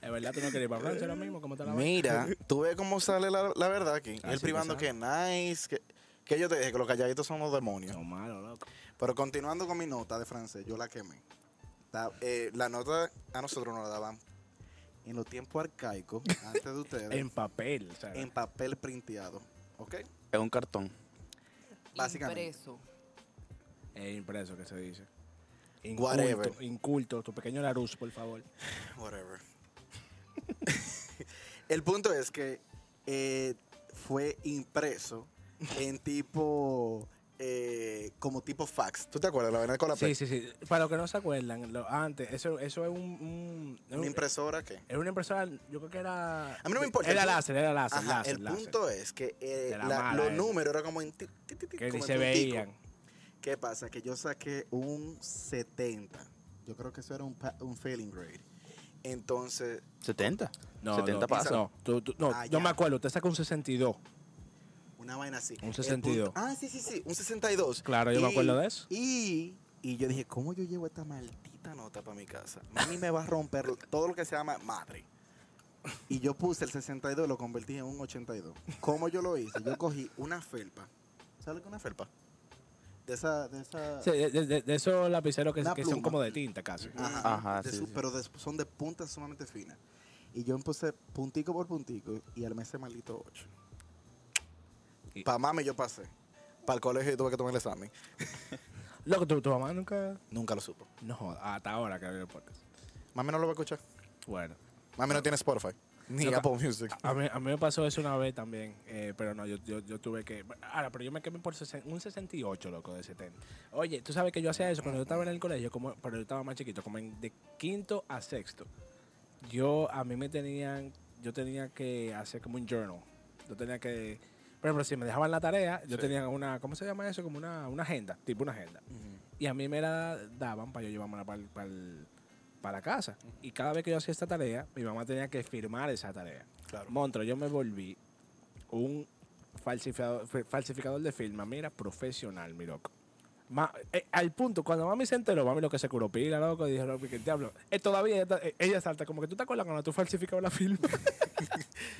Speaker 2: Es verdad, tú no querías ir para Francia ahora mismo, como te la vas.
Speaker 3: *laughs* Mira, tú ves cómo sale la, la verdad aquí.
Speaker 2: Ah,
Speaker 3: el
Speaker 2: sí,
Speaker 3: privando que nice. Que, que yo te dije que los calladitos son los demonios.
Speaker 2: No, malo, loco.
Speaker 3: Pero continuando con mi nota de francés, yo la quemé. La, eh, la nota a nosotros nos la daban en los tiempos arcaicos,
Speaker 2: *laughs*
Speaker 3: antes de ustedes,
Speaker 2: En papel, o sea,
Speaker 3: en papel printeado. ¿Ok?
Speaker 4: Es un cartón.
Speaker 3: básicamente.
Speaker 5: Impreso.
Speaker 2: es impreso que se dice.
Speaker 3: Whatever.
Speaker 2: Inculto, inculto, tu pequeño Larus, por favor.
Speaker 3: Whatever. *laughs* el punto es que eh, fue impreso en tipo. eh, como tipo fax. ¿Tú te acuerdas? La vaina con la
Speaker 2: Sí, sí, sí. Para los que no se acuerdan, lo- antes, eso, eso es un, un- es
Speaker 3: ¿Una
Speaker 2: un-
Speaker 3: impresora qué?
Speaker 2: Era una impresora, yo creo que era.
Speaker 3: A mí no me importa.
Speaker 2: Era
Speaker 3: El pu-
Speaker 2: láser, era láser,
Speaker 3: Ajá,
Speaker 2: láser,
Speaker 3: el
Speaker 2: láser.
Speaker 3: punto es que eh,
Speaker 2: De la
Speaker 3: la-
Speaker 2: mala
Speaker 3: los
Speaker 2: esa.
Speaker 3: números eran como en ti- ti- ti- ti-
Speaker 2: Que
Speaker 3: como
Speaker 2: ni
Speaker 3: en
Speaker 2: se
Speaker 3: puntico.
Speaker 2: veían.
Speaker 3: ¿Qué pasa? Que yo saqué un 70. Yo creo que eso era un, pa- un failing grade. Entonces,
Speaker 4: 70.
Speaker 2: No,
Speaker 4: 70
Speaker 2: no,
Speaker 4: pasa.
Speaker 2: No, tú- tú- no,
Speaker 3: Ah,
Speaker 2: yo
Speaker 3: ya.
Speaker 2: me acuerdo, usted sacó un 62.
Speaker 3: Una vaina así.
Speaker 2: Un
Speaker 3: El
Speaker 2: 62.
Speaker 3: punto- Ah, sí, sí, sí, un 62.
Speaker 2: Claro, yo me
Speaker 3: Y-
Speaker 2: acuerdo de eso.
Speaker 3: Y, y yo dije, ¿cómo yo llevo esta maldita nota para mi casa? Mami me va a romper todo lo que se llama madre. Y yo puse el 62, lo convertí en un 82. ¿Cómo yo lo hice? Yo cogí una felpa. ¿Sabes lo que es una felpa? De esa... De esa
Speaker 2: Sí, de, de- de esos lapiceros que,
Speaker 3: Una
Speaker 2: que son
Speaker 3: pluma.
Speaker 2: como de tinta casi.
Speaker 3: Ajá,
Speaker 4: Ajá,
Speaker 3: de
Speaker 4: sí,
Speaker 3: su-
Speaker 4: sí.
Speaker 3: Pero de- son de puntas sumamente finas. Y yo empecé puntico por puntico y armé ese maldito 8.
Speaker 2: Y-
Speaker 3: Para mami yo pasé. Para el colegio yo tuve que tomar el examen.
Speaker 2: Loco, tu, tu mamá nunca.
Speaker 3: Nunca lo supo.
Speaker 2: No, joda, hasta ahora que abrió el podcast.
Speaker 3: Mami no lo va a escuchar.
Speaker 2: Bueno.
Speaker 3: Mami no tiene Spotify. Ni
Speaker 2: Loca.
Speaker 3: Apple Music.
Speaker 2: A mí, a mí me pasó eso una vez también, eh, pero no, yo, yo, yo tuve que... Ahora, pero yo me quemé por sesen- un 68, loco, de 70. Oye, tú sabes que yo hacía eso cuando yo estaba en el colegio, como, pero yo estaba más chiquito, como en- de quinto a sexto. Yo, a mí me tenían, yo tenía que hacer como un journal. Yo tenía que... Por ejemplo, si me dejaban la tarea, yo tenía una, ¿cómo se llama eso? Como una, una agenda, tipo una agenda. Y a mí me la daban para yo llevármela para la casa. Y cada vez que yo hacía esta tarea, mi mamá tenía que firmar esa tarea.
Speaker 3: Claro.
Speaker 2: Montro, yo me volví un falsificador, fe- falsificador de firma, mira, profesional, mi loco. Ma- eh, al punto, cuando mami se enteró, mami lo que se curó pila, loco, y dije, loco, que diablo. Eh, todavía ella, ta- eh, ella salta, como que tú te acuerdas cuando tú falsificabas la firma.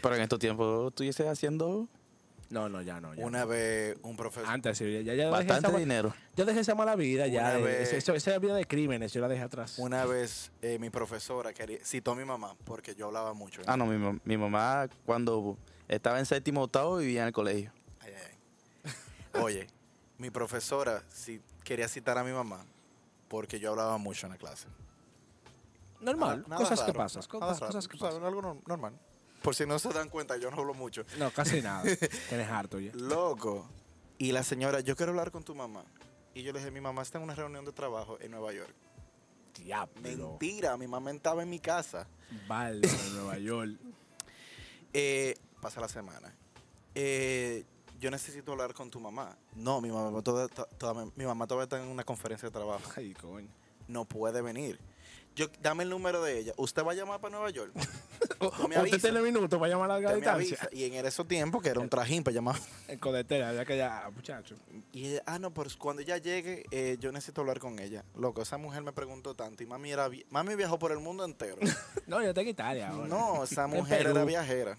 Speaker 4: Pero en estos tiempos tú estás haciendo
Speaker 2: *laughs* no, no, ya no. Ya.
Speaker 3: Una vez un
Speaker 4: Ah,
Speaker 3: profesor.
Speaker 2: Antes, sí, ya, ya yo dejé
Speaker 4: bastante
Speaker 2: esa ma-
Speaker 4: dinero.
Speaker 2: Yo dejé esa mala vida, ya.
Speaker 3: Una
Speaker 2: de-
Speaker 3: vez-
Speaker 2: eso- esa vida de crímenes, yo la dejé atrás.
Speaker 3: Una vez eh, mi profesora quería- citó a mi mamá porque yo hablaba mucho. ¿eh?
Speaker 4: Ah, no, mi, mam- mi mamá cuando estaba en séptimo octavo vivía en el colegio.
Speaker 3: Ay, ay, ay. Oye, mi profesora si, quería citar a mi mamá porque yo hablaba mucho en la clase.
Speaker 2: Normal,
Speaker 3: Nada- nada
Speaker 2: cosas que
Speaker 3: raro,
Speaker 2: pasan,
Speaker 3: nada
Speaker 2: cosas,
Speaker 3: raro,
Speaker 2: cosas que
Speaker 3: tú sabes,
Speaker 2: pasan.
Speaker 3: Algo no- normal. Por si no se dan cuenta, yo no hablo mucho.
Speaker 2: No, casi
Speaker 3: *laughs*
Speaker 2: nada. Tienes harto ya.
Speaker 3: Loco. Y la señora, yo quiero hablar con tu mamá. Y yo le dije, mi mamá está en una reunión de trabajo en Nueva York.
Speaker 2: Diablo.
Speaker 3: Mentira, mi mamá estaba en mi casa.
Speaker 2: Vale, en Nueva York.
Speaker 3: eh, pasa la semana. Eh, yo necesito hablar con tu mamá. No, mi mamá, toda- to- toda- mi mamá todavía está en una conferencia de trabajo. *laughs*
Speaker 2: Ay, coño.
Speaker 3: No puede venir. Yo, dame el número de ella. ¿Usted va a llamar para Nueva
Speaker 2: *laughs*
Speaker 3: York? Tú me
Speaker 2: Usted
Speaker 3: avisas.
Speaker 2: tiene minutos para llamar a larga
Speaker 3: Usted me
Speaker 2: distancia. *laughs*
Speaker 3: avisa. Y en esos tiempos, que era un trajín para llamar.
Speaker 2: El codetera, ya que ya, muchacho.
Speaker 3: Y ella, ah, no, pues cuando ella llegue, eh, yo necesito hablar con ella. Loco, esa mujer me preguntó tanto. Y mami, era vi- mami viajó por el mundo *laughs* entero.
Speaker 2: No, yo estoy en Italia ahora.
Speaker 3: no, esa
Speaker 2: En
Speaker 3: mujer era
Speaker 2: Perú.
Speaker 3: viajera.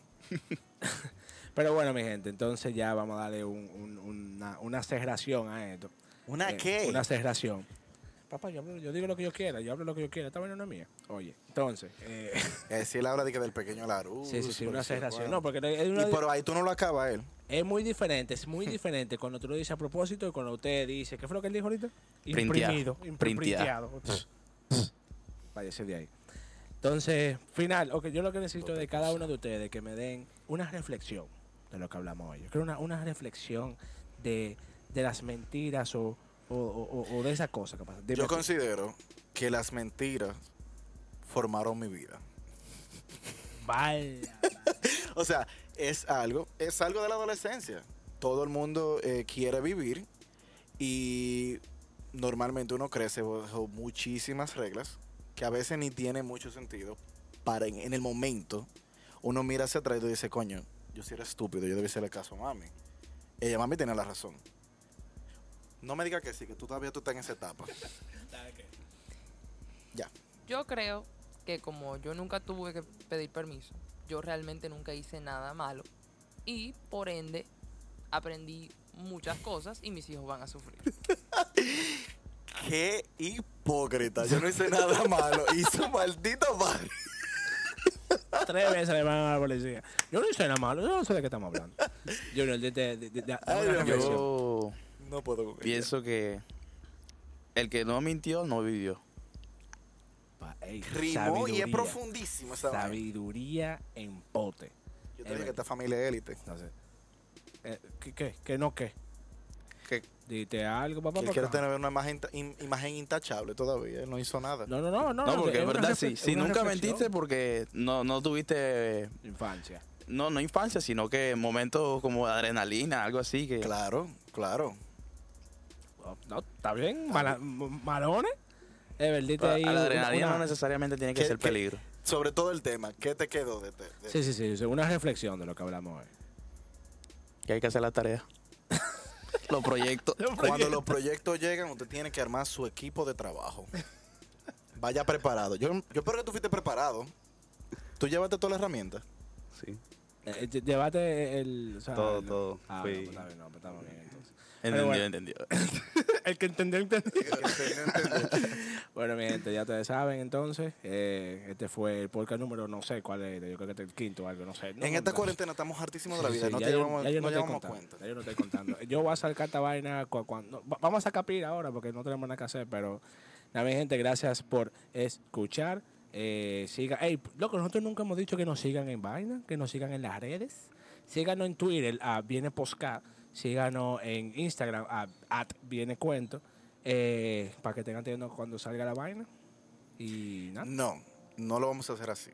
Speaker 2: Pero bueno, mi gente, entonces ya vamos a darle un- un- una, una cerración a esto.
Speaker 3: ¿Una
Speaker 2: Eh,
Speaker 3: qué?
Speaker 2: Una cerración. Papá, yo, hablo- yo digo lo que yo quiera, yo hablo lo que yo quiera, esta vaina no es mía. Oye, entonces,
Speaker 3: *laughs*
Speaker 2: eh, *laughs*
Speaker 3: Eh, sí, la hora de que del pequeño Larú.
Speaker 2: sí, sí, sí, una cerración. No,
Speaker 3: No,
Speaker 2: porque es,
Speaker 3: y
Speaker 2: una-
Speaker 3: pero ahí tú no lo acabas él.
Speaker 2: es muy diferente, es
Speaker 3: *laughs*
Speaker 2: muy diferente cuando tú lo dices a propósito y cuando usted dice, ¿qué fue lo que él dijo ahorita?
Speaker 4: Printeado,
Speaker 2: Imprimido, imprinteado.
Speaker 4: printeado.
Speaker 2: Váyase de ahí. Entonces, final, ok, yo lo que necesito de cada uno de ustedes que me den una reflexión de lo que hablamos hoy. Yo creo una, una reflexión de, de las mentiras o, o- o- o- o de esa cosa que pasa. Dime
Speaker 3: Yo
Speaker 2: tú.
Speaker 3: considero que las mentiras formaron mi vida.
Speaker 2: Vaya.
Speaker 3: O sea, es algo, es algo de la adolescencia. Todo el mundo eh, quiere vivir y normalmente uno crece bajo muchísimas reglas que a veces ni tiene mucho sentido. Para en, en el momento, uno mira hacia atrás y dice, coño, yo sí era estúpido, yo debí hacerle caso a mami. Ella, mami, tiene la razón. No me digas que sí, que tú todavía tú estás en esa etapa. ya.
Speaker 5: Yo creo que como yo nunca tuve que pedir permiso, yo realmente nunca hice nada malo y por ende aprendí muchas cosas y mis hijos van a sufrir.
Speaker 3: Qué hipócrita. Yo no hice nada malo. Hizo maldito padre.
Speaker 2: Tres veces le van a la policía. Yo no hice nada malo, yo no sé de qué estamos hablando. Junior, de, de- de- de- de- dame
Speaker 3: Ay,
Speaker 2: una
Speaker 3: Dios mío.
Speaker 2: reflexión.
Speaker 4: Yo
Speaker 3: No puedo con ella.
Speaker 4: pienso que el que no mintió no vivió.
Speaker 2: Pa- ey,
Speaker 3: Rimó y es
Speaker 2: sabiduría.
Speaker 3: profundísimo esa vaina.
Speaker 2: Sabiduría en pote.
Speaker 3: Yo
Speaker 2: es
Speaker 3: te dije
Speaker 2: verdad.
Speaker 3: que esta familia es élite.
Speaker 2: Entonces, eh, ¿qué, qué? ¿Qué no qué?
Speaker 4: ¿Qué?
Speaker 2: Dite algo, papá.
Speaker 3: Que él
Speaker 2: por
Speaker 3: quiere
Speaker 2: favor.
Speaker 3: tener una imagen, ta- im- imagen intachable todavía. Él no hizo nada.
Speaker 2: No, no, no, no.
Speaker 4: No,
Speaker 2: es
Speaker 4: porque es
Speaker 2: una
Speaker 4: verdad,
Speaker 2: refle-
Speaker 4: sí. Si
Speaker 2: una
Speaker 4: nunca
Speaker 2: reflexión.
Speaker 4: mentiste porque no, no tuviste,
Speaker 2: Infancia.
Speaker 4: no, no infancia, sino que momentos como de adrenalina, algo así que...
Speaker 3: Claro, claro.
Speaker 2: Oh, No, está bien. mala- m- malones. Es verdad,
Speaker 4: Ah. A
Speaker 2: ahí.
Speaker 4: la
Speaker 2: una-
Speaker 4: adrenalina
Speaker 2: una-
Speaker 4: no necesariamente tiene que
Speaker 3: ¿Qué-
Speaker 4: ser
Speaker 3: qué-
Speaker 4: peligro.
Speaker 3: Sobre todo el tema. ¿Qué te quedó de te? de-
Speaker 2: Sí, sí, sí. sí, Una reflexión de lo que hablamos hoy.
Speaker 4: Que hay que hacer la tarea. Los *laughs* proyectos.
Speaker 3: Cuando los proyectos llegan, usted tiene que armar su equipo de trabajo. Vaya preparado. Yo, yo espero que tú fuiste preparado. Tú llevaste todas
Speaker 2: *laughs*
Speaker 3: las herramientas.
Speaker 6: Sí.
Speaker 2: Eh, eh, lle- Llévate el. o sea,
Speaker 6: Todo,
Speaker 2: el-
Speaker 6: todo.
Speaker 2: Ah,
Speaker 6: Fui-
Speaker 2: no, pues, está bien, no, pues, estamos bien
Speaker 4: *laughs*
Speaker 2: entonces.
Speaker 4: Entendió,
Speaker 2: bueno.
Speaker 4: entendió.
Speaker 2: El que entendió, entendió. bueno, mi gente, ya ustedes saben entonces. eh, este fue el podcast número, no sé cuál es, yo creo que este es el quinto o algo, no sé. No
Speaker 3: en esta
Speaker 2: contamos.
Speaker 3: cuarentena estamos hartísimos de la
Speaker 2: Sí,
Speaker 3: vida.
Speaker 2: sí,
Speaker 3: no
Speaker 2: ya
Speaker 3: te
Speaker 2: yo-
Speaker 3: llevamos,
Speaker 2: ya yo
Speaker 3: no
Speaker 2: estoy
Speaker 3: llevamos
Speaker 2: contando,
Speaker 3: cuenta.
Speaker 2: ya yo no estoy contando. Yo voy a sacar esta vaina cu- cuando. va- Vamos a sacar pila ahora porque no tenemos nada que hacer, pero. Nada, mi gente, gracias por escuchar. Eh, siga. Ey, loco, nosotros nunca hemos dicho que nos sigan en vaina, que nos sigan en las redes. Síganos en Twitter, a Viene Posca. Síganos en Instagram, a at Viene Cuento. eh, para que tengan teniendo cuando salga la vaina. Y nada.
Speaker 3: No, no lo vamos a hacer así.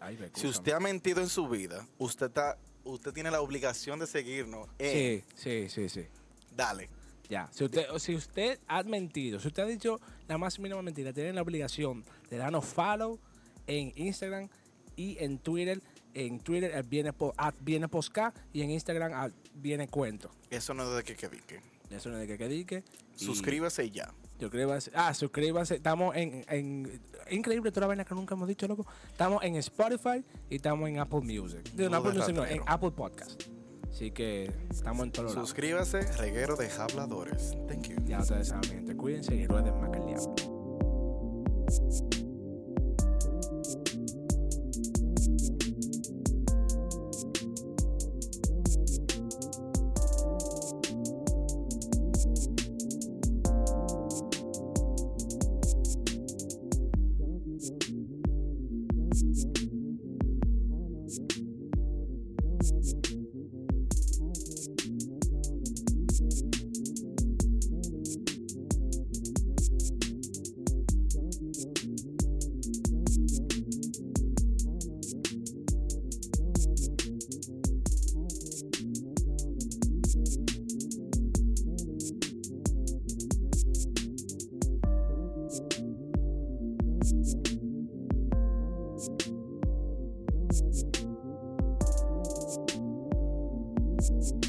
Speaker 2: Ay, me
Speaker 3: Si
Speaker 2: excusan.
Speaker 3: usted ha mentido en su vida, usted está, usted tiene la obligación de seguirnos. Eh,
Speaker 2: Sí, sí, sí, sí.
Speaker 3: Dale.
Speaker 2: Ya, si usted, o si usted ha mentido, si usted ha dicho la más mínima mentira, tiene la obligación de darnos follow en Instagram y en Twitter. En Twitter eh, viene, po- at viene posca y en Instagram at viene cuento.
Speaker 3: Eso no es de que que pique.
Speaker 2: Eso no es de que que dique. Y
Speaker 3: Suscríbase y ya.
Speaker 2: Suscríbase. Ah, suscríbase. Estamos en, en- Increíble toda la vaina que nunca hemos dicho, loco. Estamos en Spotify y estamos en Apple Music. Digo, en
Speaker 3: Modo
Speaker 2: Apple Music no, en
Speaker 3: ratero.
Speaker 2: Apple Podcast. Así que estamos en todos lados.
Speaker 3: Suscríbase, reguero de habladores. Thank you.
Speaker 2: Ya ustedes saben, mi gente. Cuídense y rueden más que el diablo.
Speaker 7: Thank you.